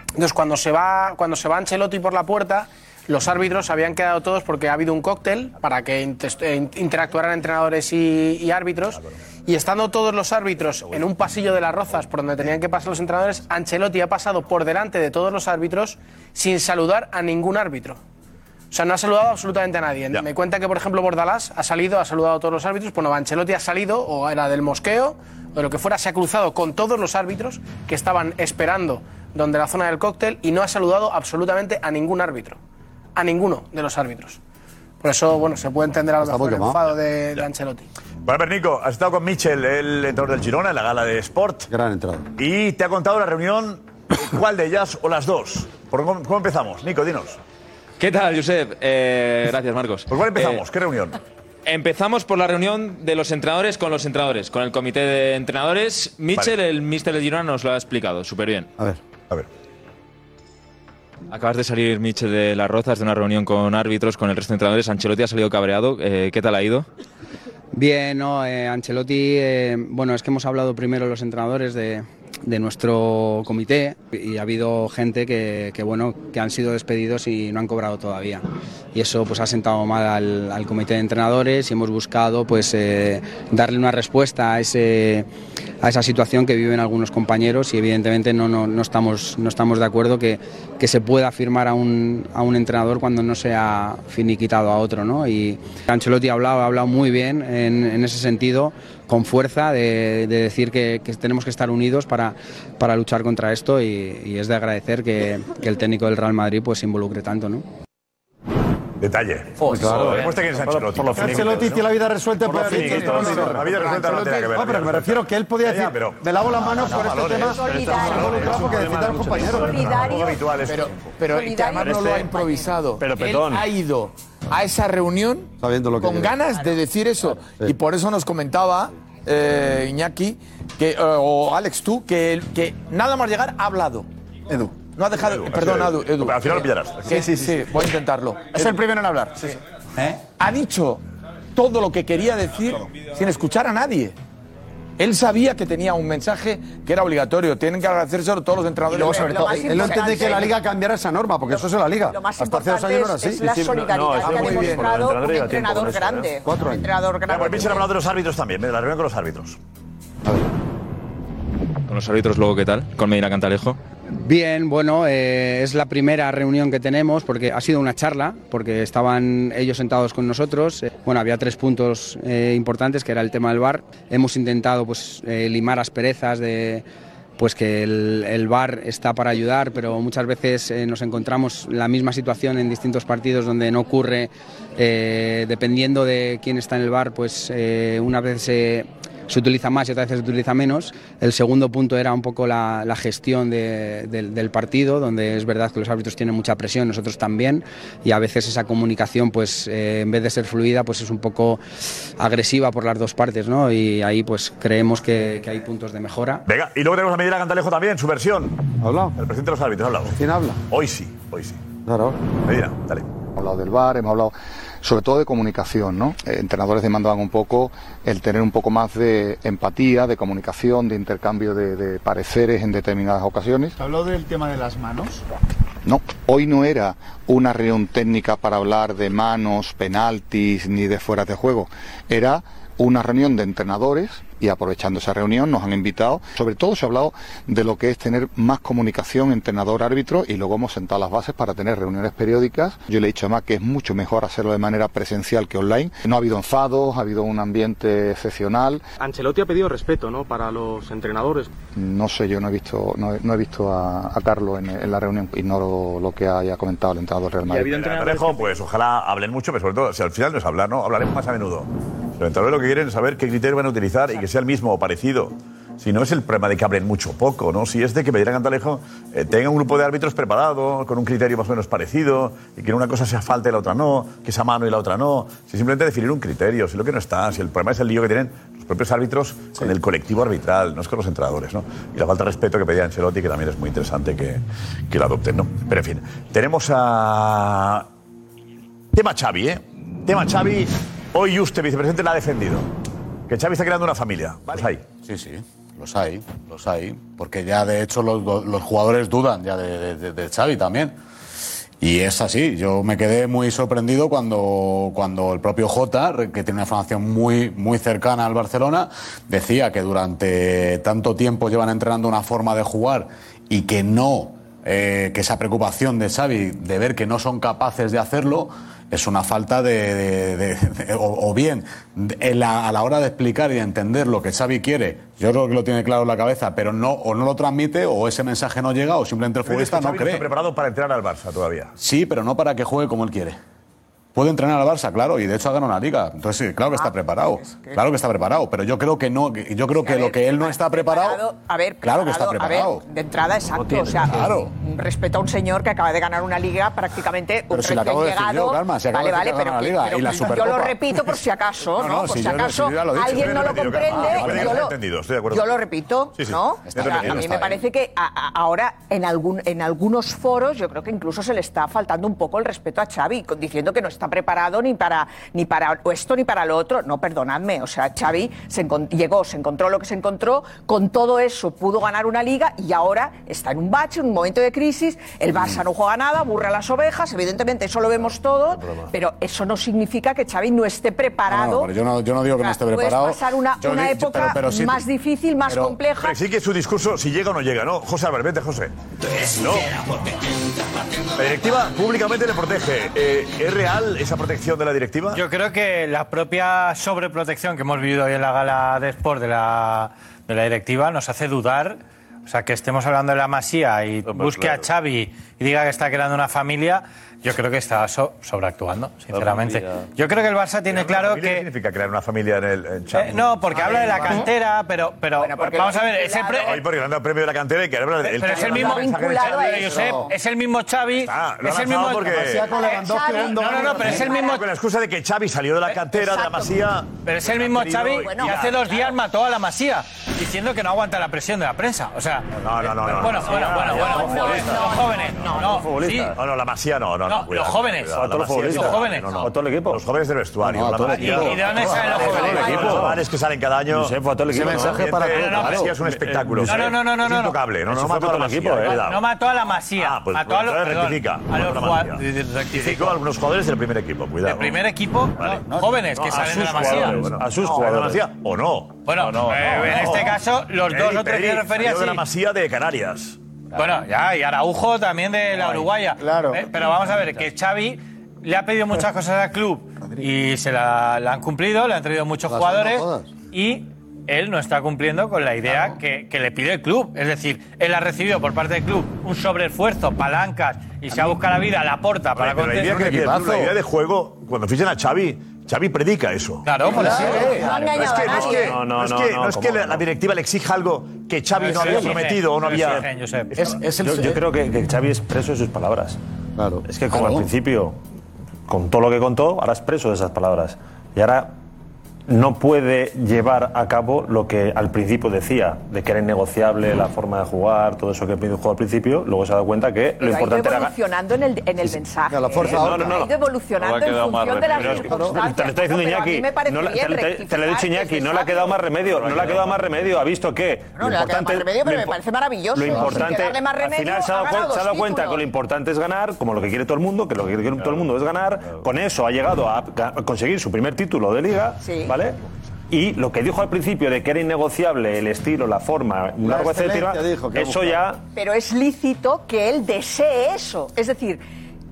[SPEAKER 4] Entonces, cuando se va, cuando se va Ancelotti por la puerta, los árbitros se habían quedado todos porque ha habido un cóctel para que intes- eh, in- interactuaran entrenadores y, y árbitros. Y estando todos los árbitros en un pasillo de las rozas por donde tenían que pasar los entrenadores, Ancelotti ha pasado por delante de todos los árbitros sin saludar a ningún árbitro. O sea, no ha saludado absolutamente a nadie. Me cuenta que, por ejemplo, Bordalás ha salido, ha saludado a todos los árbitros. Bueno, Ancelotti ha salido, o era del mosqueo, o de lo que fuera, se ha cruzado con todos los árbitros que estaban esperando donde la zona del cóctel y no ha saludado absolutamente a ningún árbitro. A ninguno de los árbitros. Por eso, bueno, se puede entender a lo mejor el
[SPEAKER 3] quemado.
[SPEAKER 4] enfado de, de Ancelotti.
[SPEAKER 3] Bueno, a ver, Nico, has estado con Michel, el entrenador del Girona, en la gala de Sport. Gran entrada. Y te ha contado la reunión, ¿cuál de ellas o las dos? ¿Por cómo, cómo empezamos? Nico, dinos.
[SPEAKER 9] ¿Qué tal, Josep? Eh, gracias, Marcos. Eh,
[SPEAKER 3] ¿Por cuál Pues empezamos? ¿Qué reunión?
[SPEAKER 9] Empezamos por la reunión de los entrenadores con los entrenadores, con el comité de entrenadores. Michel, el mister de Girona, nos lo ha explicado súper bien.
[SPEAKER 6] A ver.
[SPEAKER 3] A ver.
[SPEAKER 9] Acabas de salir, Michel, de las rozas de una reunión con árbitros, con el resto de entrenadores. Ancelotti ha salido cabreado. Eh, ¿Qué tal ha ido?
[SPEAKER 14] Bien, no, eh, Ancelotti, eh, bueno, es que hemos hablado primero los entrenadores de, de nuestro comité y ha habido gente que, que, bueno, que han sido despedidos y no han cobrado todavía. Y eso pues ha sentado mal al, al comité de entrenadores y hemos buscado pues eh, darle una respuesta a, ese, a esa situación que viven algunos compañeros y evidentemente no, no, no estamos, no estamos de acuerdo que, que se pueda firmar a un, a un entrenador cuando no sea finiquitado a otro. ¿no? Y Ancelotti ha hablado, ha hablado muy bien en, en ese sentido, con fuerza, de, de decir que, que tenemos que estar unidos para, para luchar contra esto y, y es de agradecer que, que el técnico del Real Madrid pues, se involucre tanto. ¿no?
[SPEAKER 3] Detalle.
[SPEAKER 6] Pues claro, eh.
[SPEAKER 3] Demuestra quién Este es Ancelotti.
[SPEAKER 6] Por lo Ancelotti tiene la vida resuelta
[SPEAKER 3] Por lo
[SPEAKER 6] pero-
[SPEAKER 3] finiquito,
[SPEAKER 6] No, no,
[SPEAKER 3] sí,
[SPEAKER 6] no.
[SPEAKER 3] la vida resuelta no tiene nada que ver.
[SPEAKER 6] No, pero me refiero que él podía decir, me lavo las manos por este tema.
[SPEAKER 3] Solidario. habitual esto.
[SPEAKER 11] Pero, pero que además no lo ha improvisado.
[SPEAKER 3] Pero,
[SPEAKER 11] Él
[SPEAKER 3] Petón.
[SPEAKER 11] ha ido a esa reunión
[SPEAKER 6] Sabiendo lo que
[SPEAKER 11] con
[SPEAKER 6] quería.
[SPEAKER 11] ganas de decir eso. Y por eso nos comentaba eh, Iñaki que, eh, o Alex tú que, el- que nada más llegar ha hablado. Edu. No ha dejado. perdón,
[SPEAKER 3] Edu.
[SPEAKER 11] Edu. Edu. Eh,
[SPEAKER 3] Al final lo pillarás.
[SPEAKER 11] Sí, sí, sí. Voy a intentarlo. Es el primero en hablar. ¿Eh? Ha dicho todo lo que quería decir sin escuchar a nadie. Él sabía que tenía un mensaje que era obligatorio. Tienen que agradecérselo todos los entrenadores.
[SPEAKER 6] luego, sobre todo, él no entiende que la liga cambiara esa norma, porque eso es la liga.
[SPEAKER 17] Lo más
[SPEAKER 6] Hasta hace dos
[SPEAKER 17] importante
[SPEAKER 6] años no era
[SPEAKER 17] es-
[SPEAKER 6] así.
[SPEAKER 17] es la Sí, sí, no, no, solidaridad está que ha muy bien. demostrado
[SPEAKER 3] Los entrenadores
[SPEAKER 17] un
[SPEAKER 3] llevan tiempo con
[SPEAKER 17] entrenador
[SPEAKER 3] esto,
[SPEAKER 17] grande,
[SPEAKER 3] ¿eh? Cuatro
[SPEAKER 17] un
[SPEAKER 3] años.
[SPEAKER 17] entrenador
[SPEAKER 3] Bueno,
[SPEAKER 17] grande.
[SPEAKER 3] Pues Michel ha hablado de los árbitros también, de la reunión con los árbitros.
[SPEAKER 9] Con los árbitros luego, ¿qué tal? Con Medina Cantalejo.
[SPEAKER 14] Bien, bueno, eh, es la primera reunión que tenemos porque ha sido una charla, porque estaban ellos sentados con nosotros. Eh, Bueno, había tres puntos eh, importantes, que era el tema del bar. Hemos intentado pues, eh, limar asperezas de pues que el, el bar está para ayudar, pero muchas veces eh, nos encontramos la misma situación en distintos partidos donde no ocurre, eh, dependiendo de quién está en el bar, pues eh, una vez se se utiliza más y otras veces se utiliza menos. El segundo punto era un poco la, la gestión de- del, del partido, donde es verdad que los árbitros tienen mucha presión, nosotros también, y a veces esa comunicación, pues eh, en vez de ser fluida, pues es un poco agresiva por las dos partes, ¿no? Y ahí pues creemos que, que hay puntos de mejora.
[SPEAKER 3] Venga, y luego tenemos a Medina Cantalejo también, su versión. ¿Hablado? El presidente de los árbitros, ha hablado.
[SPEAKER 10] ¿Quién habla?
[SPEAKER 3] Hoy sí, hoy sí.
[SPEAKER 10] Claro.
[SPEAKER 3] Medina, dale.
[SPEAKER 10] Hemos hablado del bar, hemos hablado sobre todo de comunicación, ¿no? Eh, entrenadores demandaban un poco el tener un poco más de empatía, de comunicación, de intercambio de, de pareceres en determinadas ocasiones.
[SPEAKER 1] Habló del tema de las manos.
[SPEAKER 10] No, hoy no era una reunión técnica para hablar de manos, penaltis ni de fueras de juego. Era una reunión de entrenadores y aprovechando esa reunión nos han invitado. Sobre todo se ha hablado de lo que es tener más comunicación entrenador-árbitro y luego hemos sentado las bases para tener reuniones periódicas. Yo le he dicho además que es mucho mejor hacerlo de manera presencial que online. No ha habido enfados, ha habido un ambiente excepcional.
[SPEAKER 19] Ancelotti ha pedido respeto, ¿no? Para los entrenadores.
[SPEAKER 10] No sé, yo no he visto, no he, no he visto a, a Carlos en, en la reunión, ignoro lo que haya comentado el entrenador Real Madrid.
[SPEAKER 3] Medina Cantalejo, pues ojalá hablen mucho, pero sobre todo, si al final no es hablar, ¿no? Hablaremos más a menudo. Los entrenadores lo que quieren es saber qué criterio van a utilizar y que sea el mismo o parecido. Si no es el problema de que hablen mucho o poco, ¿no? Si es de que Medina Cantalejo eh, tenga un grupo de árbitros preparado, con un criterio más o menos parecido, y que en una cosa sea falta y la otra no, que esa mano y la otra no. Si simplemente definir un criterio, si lo que no está, si el problema es el lío que tienen los propios árbitros con el colectivo arbitral, no es con los entrenadores, ¿no? Y la falta de respeto que pedía Ancelotti, que también es muy interesante que, que la adopten, ¿no? Pero en fin, tenemos a Tema Xavi, ¿eh? Tema Xavi. Hoy usted, vicepresidente, la ha defendido. Que Xavi está creando una familia. Pues ahí.
[SPEAKER 20] Sí, sí, los hay, los hay. Porque ya de hecho los, los jugadores dudan ya de, de- de Xavi también. Y es así, yo me quedé muy sorprendido cuando, cuando el propio Jota, que tiene una formación muy, muy cercana al Barcelona, decía que durante tanto tiempo llevan entrenando una forma de jugar y que no, eh, que esa preocupación de Xavi de ver que no son capaces de hacerlo, es una falta de, de- de- de- o, o bien de- en la- a la hora de explicar y de entender lo que Xavi quiere, yo creo que lo tiene claro en la cabeza, pero no o no lo transmite o ese mensaje no llega o simplemente el futbolista Pues no
[SPEAKER 3] Xavi
[SPEAKER 20] cree.
[SPEAKER 3] está preparado para entrar al Barça todavía.
[SPEAKER 20] Sí, pero no para que juegue como él quiere. Puede entrenar al Barça, claro, y de hecho ha ganado una liga. Entonces, sí, claro que está preparado. Claro Ah, que está preparado, pero yo creo que no, que- yo creo que lo que él no está preparado.
[SPEAKER 17] A ver,
[SPEAKER 20] Claro que está
[SPEAKER 17] A
[SPEAKER 20] preparado.
[SPEAKER 17] ver, de entrada, exacto.
[SPEAKER 20] tiene,
[SPEAKER 17] o sea,
[SPEAKER 20] claro.
[SPEAKER 17] un respeto a un señor que acaba de ganar una liga prácticamente un
[SPEAKER 20] Pero si la acabo de decir
[SPEAKER 17] recién llegado.
[SPEAKER 20] yo, Karma, si acabo
[SPEAKER 17] vale,
[SPEAKER 20] de
[SPEAKER 17] vale,
[SPEAKER 20] decir que
[SPEAKER 17] pero,
[SPEAKER 20] ha ganado
[SPEAKER 17] que-
[SPEAKER 20] la liga
[SPEAKER 17] pero
[SPEAKER 20] y la
[SPEAKER 17] que-
[SPEAKER 20] Supercopa.
[SPEAKER 17] Yo lo repito por si acaso,
[SPEAKER 20] *laughs* No,
[SPEAKER 17] ¿no?
[SPEAKER 20] no,
[SPEAKER 17] Por
[SPEAKER 20] si
[SPEAKER 17] si,
[SPEAKER 20] yo-
[SPEAKER 17] acaso
[SPEAKER 20] si yo ya lo he dicho, sí,
[SPEAKER 17] alguien no
[SPEAKER 20] lo he
[SPEAKER 17] lo
[SPEAKER 20] entendido, Karma.
[SPEAKER 17] comprende.
[SPEAKER 20] Ah, vale,
[SPEAKER 17] yo,
[SPEAKER 20] lo he
[SPEAKER 17] lo,
[SPEAKER 20] entendido, estoy de acuerdo.
[SPEAKER 17] yo lo repito,
[SPEAKER 20] Sí, sí,
[SPEAKER 17] ¿no?
[SPEAKER 20] está
[SPEAKER 17] O sea,
[SPEAKER 20] entendido,
[SPEAKER 17] a mí
[SPEAKER 20] está
[SPEAKER 17] me parece que a- a- ahora en, algún, en algunos foros yo creo que incluso se le está faltando un poco el respeto a Xavi, con- diciendo que no está preparado ni para, ni para esto ni para lo otro. No, perdonadme, o sea, Xavi se encon- llegó, se encontró lo que se encontró, con todo eso pudo ganar una liga y ahora está en un bache, en un momento de crisis, el Barça no juega nada, burra las ovejas, evidentemente eso lo vemos todo, pero eso no significa que Xavi no esté
[SPEAKER 20] No, no,
[SPEAKER 17] preparado.
[SPEAKER 20] pero yo no, yo no digo que no
[SPEAKER 17] O
[SPEAKER 20] esté
[SPEAKER 17] sea, puedes
[SPEAKER 20] preparado.
[SPEAKER 17] pasar una,
[SPEAKER 20] Yo
[SPEAKER 17] una
[SPEAKER 20] di-
[SPEAKER 17] época
[SPEAKER 20] pero- pero sí-
[SPEAKER 17] más difícil, más
[SPEAKER 20] pero-
[SPEAKER 17] compleja.
[SPEAKER 3] Pero sí que su discurso, si llega o no llega, ¿no? José Álvarez, vete, José. No. Eh, La directiva públicamente le protege. Eh, ¿Es real esa protección de la directiva?
[SPEAKER 12] Yo creo que la propia sobreprotección que hemos vivido hoy en la gala de Sport de la, de la directiva nos hace dudar. O sea, que estemos hablando de la masía y
[SPEAKER 3] pues
[SPEAKER 12] busque a Xavi y diga que está creando una familia, yo creo que está so- sobreactuando, sinceramente. Yo creo que el Barça tiene claro
[SPEAKER 3] que. ¿Qué significa crear una familia en el en Xavi?
[SPEAKER 12] Eh, no, porque habla de la cantera, pero, pero vamos a ver, es el, pre-
[SPEAKER 3] Hoy porque le han dado el premio de la cantera y que habla del
[SPEAKER 12] pero es el mismo Josep, ¿eh? es el mismo Xavi,
[SPEAKER 3] lo
[SPEAKER 12] es
[SPEAKER 3] han
[SPEAKER 12] el mismo
[SPEAKER 3] lanzado porque- Masía con Lewandowski,
[SPEAKER 12] Xavi,
[SPEAKER 3] dando
[SPEAKER 12] No, no, no,
[SPEAKER 3] ganas
[SPEAKER 12] pero es el
[SPEAKER 3] también.
[SPEAKER 12] mismo
[SPEAKER 3] Con la excusa de que Xavi salió de la cantera de la Masía.
[SPEAKER 12] Pero es el mismo
[SPEAKER 3] querido
[SPEAKER 12] Xavi
[SPEAKER 3] y
[SPEAKER 12] que
[SPEAKER 3] ya.
[SPEAKER 12] hace dos días mató a la Masía diciendo que no aguanta la presión de la prensa, o sea,
[SPEAKER 3] No, no, no. no
[SPEAKER 12] bueno,
[SPEAKER 3] no,
[SPEAKER 12] bueno,
[SPEAKER 3] no,
[SPEAKER 12] bueno, bueno,
[SPEAKER 3] no, no,
[SPEAKER 12] bueno,
[SPEAKER 3] no,
[SPEAKER 12] los jóvenes, no, no,
[SPEAKER 3] futbolista. No, no, la Masía no, no,
[SPEAKER 12] No,
[SPEAKER 3] no. cuidado,
[SPEAKER 12] los jóvenes.
[SPEAKER 3] cuidado,
[SPEAKER 12] A todos
[SPEAKER 3] la
[SPEAKER 12] los
[SPEAKER 3] Masía
[SPEAKER 12] futbolistas.
[SPEAKER 3] no,
[SPEAKER 12] Los jóvenes.
[SPEAKER 3] no, no. Los jóvenes del vestuario.
[SPEAKER 20] No, a
[SPEAKER 3] la
[SPEAKER 20] todo el
[SPEAKER 3] Masía.
[SPEAKER 20] equipo. ¿Y de dónde salen los jóvenes?
[SPEAKER 3] Los
[SPEAKER 20] Equipo.
[SPEAKER 3] chavales que salen cada año.
[SPEAKER 20] Josep, fue a todo el equipo,
[SPEAKER 3] Ese
[SPEAKER 20] ¿no?
[SPEAKER 3] mensaje para
[SPEAKER 20] Pero
[SPEAKER 3] todos.
[SPEAKER 20] no,
[SPEAKER 3] La Masía
[SPEAKER 20] pero-
[SPEAKER 3] es un espectáculo.
[SPEAKER 12] No, no, no, no, no,
[SPEAKER 3] Es
[SPEAKER 12] no.
[SPEAKER 3] intocable. No,
[SPEAKER 12] Eso
[SPEAKER 3] no,
[SPEAKER 12] fue
[SPEAKER 3] mató
[SPEAKER 12] todo
[SPEAKER 3] a
[SPEAKER 12] el
[SPEAKER 3] la
[SPEAKER 12] equipo,
[SPEAKER 3] Masía.
[SPEAKER 12] ¿eh?
[SPEAKER 3] cuidado.
[SPEAKER 12] No mató a la Masía,
[SPEAKER 3] Ah, pues
[SPEAKER 12] mató a los-
[SPEAKER 3] entonces
[SPEAKER 12] perdón,
[SPEAKER 3] rectifica.
[SPEAKER 12] a
[SPEAKER 3] Mató
[SPEAKER 12] los
[SPEAKER 3] la
[SPEAKER 12] jugad-
[SPEAKER 3] Masía. Rectificó a algunos jugadores del primer equipo, cuidado.
[SPEAKER 12] El primer equipo, ¿no? jóvenes que
[SPEAKER 3] No, a
[SPEAKER 12] salen de
[SPEAKER 3] sus
[SPEAKER 12] la Masía.
[SPEAKER 3] jugadores, bueno.
[SPEAKER 12] A sus
[SPEAKER 3] No, ¿salen de la
[SPEAKER 12] jugadores.
[SPEAKER 3] Masía o no?
[SPEAKER 12] Bueno, eh, en este caso, los dos o tres que refería,
[SPEAKER 3] de
[SPEAKER 12] sí.
[SPEAKER 3] la Masía de Canarias.
[SPEAKER 12] Bueno, ya, y Araujo también de la Uruguaya. Claro. pero vamos a ver, que Xavi le ha pedido muchas cosas al club y se la, la han cumplido, le han traído muchos
[SPEAKER 6] Las
[SPEAKER 12] jugadores
[SPEAKER 6] han dado
[SPEAKER 12] y él no está cumpliendo con la idea que, que le pide el club. Es decir, él ha recibido por parte del club un sobreesfuerzo, palancas y se ha buscado la vida, la porta para
[SPEAKER 3] Pero la idea,
[SPEAKER 12] conseguir-
[SPEAKER 3] que- la idea de juego, cuando fichen a Xavi, Xavi predica eso.
[SPEAKER 12] Claro,
[SPEAKER 3] por
[SPEAKER 12] pues
[SPEAKER 3] eso.
[SPEAKER 12] sí.
[SPEAKER 3] No es que, no es que,
[SPEAKER 18] No, no,
[SPEAKER 3] no es
[SPEAKER 18] no,
[SPEAKER 3] que,
[SPEAKER 18] no,
[SPEAKER 3] no es que
[SPEAKER 18] ¿cómo
[SPEAKER 3] la,
[SPEAKER 18] no?
[SPEAKER 3] la directiva le exija algo que Xavi
[SPEAKER 18] Lo
[SPEAKER 3] no había
[SPEAKER 18] exigen,
[SPEAKER 3] prometido o no
[SPEAKER 18] lo
[SPEAKER 3] había.
[SPEAKER 18] exigen, Josep. yo, yo creo que, que Xavi es preso de sus palabras. Claro. Es que como al principio, con todo lo que contó, ahora es preso de esas palabras. Y ahora no puede llevar a cabo lo que al principio decía, de que era innegociable la forma de jugar, todo eso que dijo al principio, luego se ha dado cuenta que
[SPEAKER 17] Pero
[SPEAKER 18] lo
[SPEAKER 17] ha ido
[SPEAKER 18] importante era...
[SPEAKER 17] evolucionando en el, en el mensaje.
[SPEAKER 18] la fuerza
[SPEAKER 17] ¿eh?
[SPEAKER 18] ahora. No, no, no.
[SPEAKER 17] Ha ido evolucionando en función de las
[SPEAKER 18] Pero es que-
[SPEAKER 17] circunstancias.
[SPEAKER 18] Te lo está diciendo
[SPEAKER 17] ¿no? Pero a
[SPEAKER 18] Iñaki.
[SPEAKER 17] mí me parece
[SPEAKER 18] No le-
[SPEAKER 17] bien
[SPEAKER 18] te, te- te lo he dicho
[SPEAKER 17] rectificar,
[SPEAKER 18] Iñaki.
[SPEAKER 17] que
[SPEAKER 18] No
[SPEAKER 17] se
[SPEAKER 18] le ha quedado
[SPEAKER 17] sabe.
[SPEAKER 18] más remedio. No le ha quedado más remedio. Ha visto que.
[SPEAKER 17] No, le ha quedado más remedio, pero
[SPEAKER 18] lo
[SPEAKER 17] me
[SPEAKER 18] impo-
[SPEAKER 17] parece maravilloso.
[SPEAKER 18] Lo
[SPEAKER 17] Sin
[SPEAKER 18] importante.
[SPEAKER 17] quedarle más
[SPEAKER 18] al
[SPEAKER 17] remedio,
[SPEAKER 18] final se ha
[SPEAKER 17] ha
[SPEAKER 18] dado, cuen-
[SPEAKER 17] ganado
[SPEAKER 18] se ha dado
[SPEAKER 17] dos
[SPEAKER 18] cuenta que lo importante es ganar, como lo que quiere todo el mundo, que lo que quiere todo el mundo es ganar. Con eso ha llegado a ga- a conseguir su primer título de liga. ¿Vale? Y lo que dijo al principio de que era innegociable el estilo, la forma, un
[SPEAKER 6] La
[SPEAKER 18] largo etcétera,
[SPEAKER 6] excelencia dijo que
[SPEAKER 18] eso
[SPEAKER 6] buscaba.
[SPEAKER 18] ya
[SPEAKER 17] Pero es lícito que él desee eso. Es decir,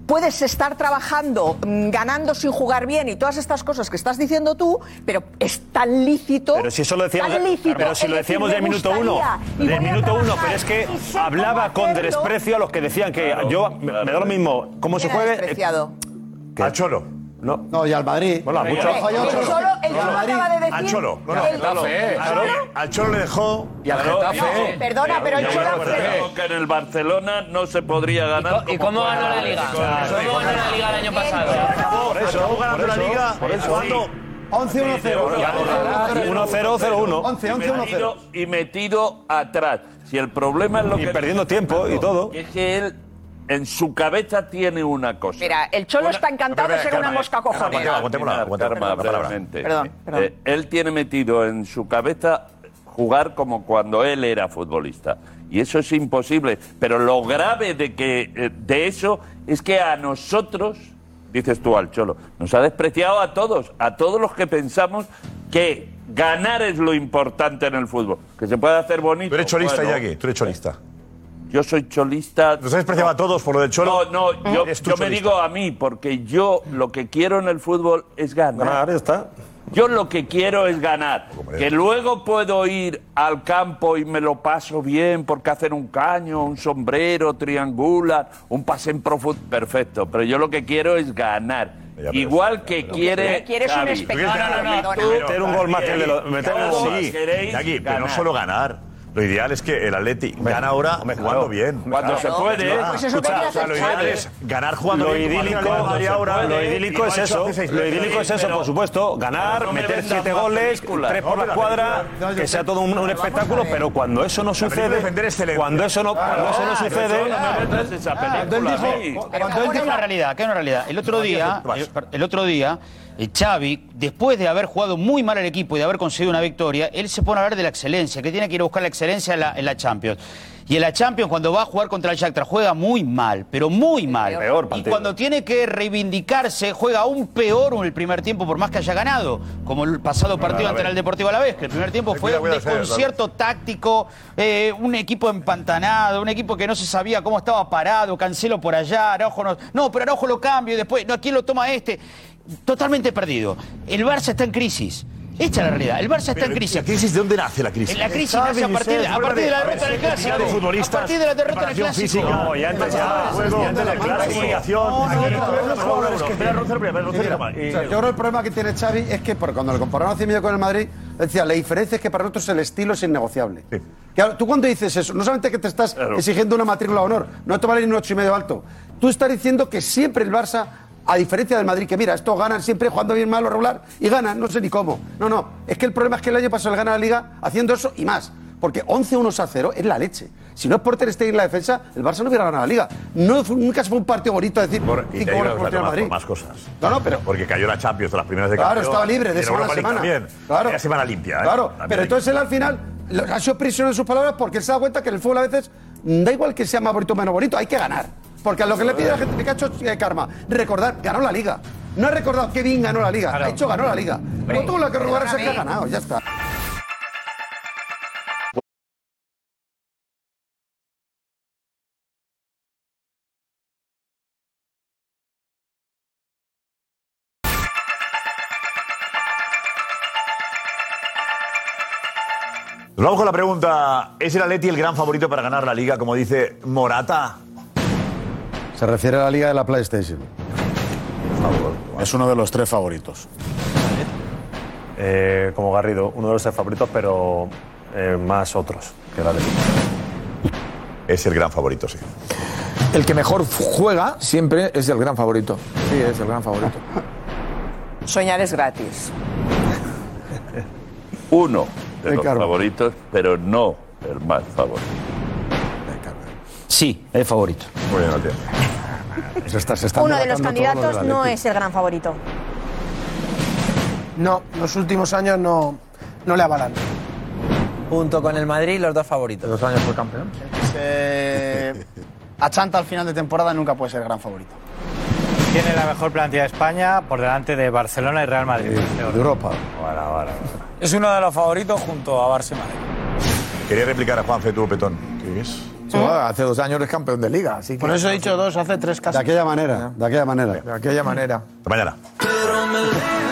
[SPEAKER 17] puedes estar trabajando, mm, ganando sin jugar bien y todas estas cosas que estás diciendo tú, pero es tan lícito.
[SPEAKER 18] Pero si eso lo decíamos,
[SPEAKER 17] tan lícito
[SPEAKER 18] pero si
[SPEAKER 17] el
[SPEAKER 18] lo
[SPEAKER 17] decir,
[SPEAKER 18] decíamos
[SPEAKER 17] "Me
[SPEAKER 18] del minuto uno,
[SPEAKER 17] gustaría y
[SPEAKER 18] del
[SPEAKER 17] voy a
[SPEAKER 18] minuto uno,
[SPEAKER 17] trabajar
[SPEAKER 18] pero es que
[SPEAKER 17] y sé
[SPEAKER 18] hablaba
[SPEAKER 17] cómo
[SPEAKER 18] con
[SPEAKER 17] hacerlo".
[SPEAKER 18] desprecio a los que decían que yo me, me da lo mismo cómo se
[SPEAKER 17] ¿Quién ha
[SPEAKER 18] juegue. eh,
[SPEAKER 17] despreciado?
[SPEAKER 18] que-
[SPEAKER 3] A Cholo.
[SPEAKER 18] No.
[SPEAKER 6] No, y al Madrid.
[SPEAKER 18] Bueno, a
[SPEAKER 3] Hombre,
[SPEAKER 18] muchos.
[SPEAKER 3] el Cholo- el Cholo-
[SPEAKER 17] el Cholo acaba de
[SPEAKER 18] Ah,
[SPEAKER 3] Al
[SPEAKER 17] decir
[SPEAKER 3] Cholo. No, no,
[SPEAKER 17] que el-
[SPEAKER 3] claro. Al Cholo- Al Cholo le dejó.
[SPEAKER 18] Y al
[SPEAKER 3] Claro,
[SPEAKER 18] Getafe.
[SPEAKER 3] no.
[SPEAKER 17] Perdona, pero el
[SPEAKER 18] Yo
[SPEAKER 17] Cholo.
[SPEAKER 18] creo que-
[SPEAKER 16] que en el Barcelona no se podría ganar.
[SPEAKER 5] ¿Y cómo ganó la liga? ¿Cómo ganó la liga el año pasado?
[SPEAKER 18] Por eso,
[SPEAKER 3] Acabó ganando
[SPEAKER 18] por
[SPEAKER 3] la
[SPEAKER 18] eso,
[SPEAKER 3] liga.
[SPEAKER 18] por eso.
[SPEAKER 6] 11-1-0.
[SPEAKER 18] Ya, 1-0, 0-1.
[SPEAKER 6] 11,
[SPEAKER 16] Y
[SPEAKER 6] 11,
[SPEAKER 16] me
[SPEAKER 6] 1, 0.
[SPEAKER 16] tiro- Y me tiro atrás. Si el problema es lo que.
[SPEAKER 18] perdiendo tiempo y todo.
[SPEAKER 16] Es que él en su cabeza tiene una cosa.
[SPEAKER 17] Mira, el Cholo está encantado de ser una mosca cojonera.
[SPEAKER 16] Calma, brevemente.
[SPEAKER 17] Perdón, perdón.
[SPEAKER 16] Eh, él tiene metido en su cabeza jugar como cuando él era futbolista. Y eso es imposible. Pero lo grave de, que, eh, de eso es que a nosotros, dices tú al Cholo, nos ha despreciado a todos, a todos los que pensamos que ganar es lo importante en el fútbol. Que se puede hacer bonito.
[SPEAKER 3] Tú eres cholista,
[SPEAKER 16] bueno,
[SPEAKER 3] Iñaki. Tú eres cholista.
[SPEAKER 16] Yo soy cholista.
[SPEAKER 3] Nos has despreciado a todos por lo del Cholo. ¿Eh?
[SPEAKER 16] No, no, yo,
[SPEAKER 3] Eres tú
[SPEAKER 16] yo me
[SPEAKER 3] cholista.
[SPEAKER 16] digo a mí, porque yo lo que quiero en el fútbol es ganar.
[SPEAKER 18] Ganar, ya está.
[SPEAKER 16] Yo lo que quiero es ganar. Que luego puedo ir al campo y me lo paso bien, porque hacer un caño, un sombrero, triangular, un pase en profundo, perfecto. Pero yo lo que quiero es ganar. Igual que quiere.
[SPEAKER 17] Quieres un
[SPEAKER 16] Xavi.
[SPEAKER 17] espectáculo, No, no, no, perdona.
[SPEAKER 16] Tú-
[SPEAKER 3] Meter un gol más que el de los. Meter un gol más.
[SPEAKER 16] Sí,
[SPEAKER 3] Sí, Iñaki, pero no
[SPEAKER 16] ganar.
[SPEAKER 3] solo ganar. Lo ideal es que el Atleti gana ahora jugando bien.
[SPEAKER 16] Cuando se puede, ¿eh? Pues eso
[SPEAKER 3] Escucha,
[SPEAKER 16] quería
[SPEAKER 3] o sea, lo
[SPEAKER 16] hacer
[SPEAKER 3] ideal
[SPEAKER 16] Xavi.
[SPEAKER 3] es ganar jugando
[SPEAKER 18] lo
[SPEAKER 3] bien. como
[SPEAKER 18] idílico,
[SPEAKER 3] Real Madrid ahora,
[SPEAKER 18] lo
[SPEAKER 3] ¿eh? Y
[SPEAKER 18] idílico es
[SPEAKER 3] lo ha hecho
[SPEAKER 18] eso,
[SPEAKER 3] hace seis
[SPEAKER 18] lo
[SPEAKER 3] meses.
[SPEAKER 18] idílico es eso, por supuesto, ganar,
[SPEAKER 3] no me
[SPEAKER 18] meter
[SPEAKER 3] vendas
[SPEAKER 18] siete
[SPEAKER 3] más
[SPEAKER 18] goles,
[SPEAKER 3] películas.
[SPEAKER 18] tres
[SPEAKER 3] No,
[SPEAKER 18] por
[SPEAKER 3] pero
[SPEAKER 18] la
[SPEAKER 3] la
[SPEAKER 18] cuadra,
[SPEAKER 3] película- No, yo
[SPEAKER 18] que
[SPEAKER 3] sé.
[SPEAKER 18] sea todo un, un
[SPEAKER 3] Pero vamos
[SPEAKER 18] espectáculo,
[SPEAKER 3] a ver.
[SPEAKER 18] pero cuando eso no
[SPEAKER 3] película
[SPEAKER 18] sucede,
[SPEAKER 3] defender excelencia.
[SPEAKER 18] cuando eso no, cuando eso no
[SPEAKER 3] Ah,
[SPEAKER 18] sucede, Ah,
[SPEAKER 16] No me metas esa
[SPEAKER 15] Ah, Cuando él
[SPEAKER 16] película
[SPEAKER 15] dijo-
[SPEAKER 16] a
[SPEAKER 18] eh,
[SPEAKER 16] mí.
[SPEAKER 15] cuando él dijo una realidad, que es una realidad. El otro día, el, el otro día, eh, Xavi, después de haber jugado muy mal al equipo y de haber conseguido una victoria, él se pone a hablar de la excelencia, que tiene que ir a buscar la excelencia en la, en la Champions. Y en la Champions, cuando va a jugar contra el Shakhtar, juega muy mal, pero muy mal.
[SPEAKER 18] peor
[SPEAKER 15] y
[SPEAKER 18] partido.
[SPEAKER 15] cuando tiene que reivindicarse, juega aún peor en el primer tiempo, por más que haya ganado, como el pasado partido ante
[SPEAKER 18] Alavés.
[SPEAKER 15] el Deportivo Alavés, que el primer tiempo fue
[SPEAKER 18] Cuidado,
[SPEAKER 15] un
[SPEAKER 18] cuidado, Alavés.
[SPEAKER 15] desconcierto desierto táctico, eh, un equipo empantanado, un equipo que no se sabía cómo estaba parado, Cancelo por allá, Araujo no, no, pero Araujo lo cambio y después, no, aquí lo toma este? Totalmente perdido. El Barça está en crisis. Esta es la realidad. El Barça está en crisis.
[SPEAKER 3] ¿La crisis de dónde nace la crisis?
[SPEAKER 15] La crisis nace a partir, de- a partir de la derrota del clásico. A partir de la derrota del clásico.
[SPEAKER 18] No, ya antes ya, ya antes del clásico.
[SPEAKER 3] Comunicación.
[SPEAKER 6] O sea, eh, yo creo que el problema que tiene Xavi es que por- cuando lo compararon hace medio con el Madrid, decía, la diferencia es que para nosotros el estilo es innegociable. Que ahora, tú cuando dices eso, no solamente que te estás exigiendo una matrícula de honor, no te vale ni un ocho y medio alto, tú estás diciendo que siempre el Barça, a diferencia del Madrid, que mira, estos ganan siempre jugando bien mal o regular y ganan, no sé ni cómo. No, no, es que el problema es que el año pasado él gana la Liga haciendo eso y más. Porque 11-1 a 0 es la leche. Si no es por Ter Stegen en la defensa, el Barça no hubiera ganado la Liga. No, fue- nunca fue un partido bonito decir
[SPEAKER 3] Y te
[SPEAKER 6] cinco
[SPEAKER 3] digo
[SPEAKER 6] goles
[SPEAKER 3] una
[SPEAKER 6] por
[SPEAKER 3] cosa,
[SPEAKER 6] el
[SPEAKER 3] más,
[SPEAKER 6] Madrid.
[SPEAKER 3] por más cosas.
[SPEAKER 6] No, no, pero.
[SPEAKER 3] Porque cayó la Champions de las primeras de
[SPEAKER 6] Claro,
[SPEAKER 3] campeón,
[SPEAKER 6] estaba libre de
[SPEAKER 3] y en
[SPEAKER 6] semana a
[SPEAKER 3] Europa League
[SPEAKER 6] semana.
[SPEAKER 3] También.
[SPEAKER 6] Claro.
[SPEAKER 3] Era semana limpia. ¿eh?
[SPEAKER 6] Claro,
[SPEAKER 3] También
[SPEAKER 6] pero
[SPEAKER 3] hay que-
[SPEAKER 6] entonces él al final lo- ha sido prisionero de sus palabras porque él se da cuenta que en el fútbol a veces mm, da igual que sea más bonito o menos bonito, hay que ganar. Porque a lo que le pide la gente que ha hecho eh, Karma, recordar, ganó la liga. No ha recordado que bien ganó la liga, ha hecho ganó la liga. No tuvo lo que recordar es que ha ganado, ya está.
[SPEAKER 3] Nos vamos con la pregunta. ¿Es el Atleti el gran favorito para ganar la Liga, como dice Morata?
[SPEAKER 6] Se refiere a la liga de la PlayStation.
[SPEAKER 20] Es uno de los tres favoritos.
[SPEAKER 18] eh, como Garrido, uno de los favoritos, pero eh, más otros que el Atlético.
[SPEAKER 3] Es el gran favorito, sí.
[SPEAKER 11] El que mejor juega siempre es el gran favorito. Sí, es el gran favorito.
[SPEAKER 17] Soñar es gratis.
[SPEAKER 16] Uno de los
[SPEAKER 15] Carver.
[SPEAKER 16] favoritos, pero no el más favorito.
[SPEAKER 15] Sí, el favorito.
[SPEAKER 3] Muy bien,
[SPEAKER 15] *laughs*
[SPEAKER 13] Uno de los candidatos no es el gran favorito.
[SPEAKER 4] No, los últimos años no, no le avalan.
[SPEAKER 21] Junto con el Madrid, los dos favoritos. Dos años fue campeón.
[SPEAKER 24] Se Eh, achanta al final de temporada, nunca puede ser gran favorito.
[SPEAKER 12] Tiene la mejor plantilla de España por delante de Barcelona y Real Madrid. De
[SPEAKER 6] Europa.
[SPEAKER 21] Es uno de los favoritos junto a Barcelona.
[SPEAKER 3] Quería replicar a Juanfe tú, Petón. ¿Qué es?
[SPEAKER 11] hace dos años eres campeón de liga, así que...
[SPEAKER 4] Por eso he dicho dos, hace tres
[SPEAKER 6] De
[SPEAKER 4] casas.
[SPEAKER 6] aquella manera, de aquella manera.
[SPEAKER 11] De aquella manera.
[SPEAKER 3] Hasta mañana.
[SPEAKER 4] manera.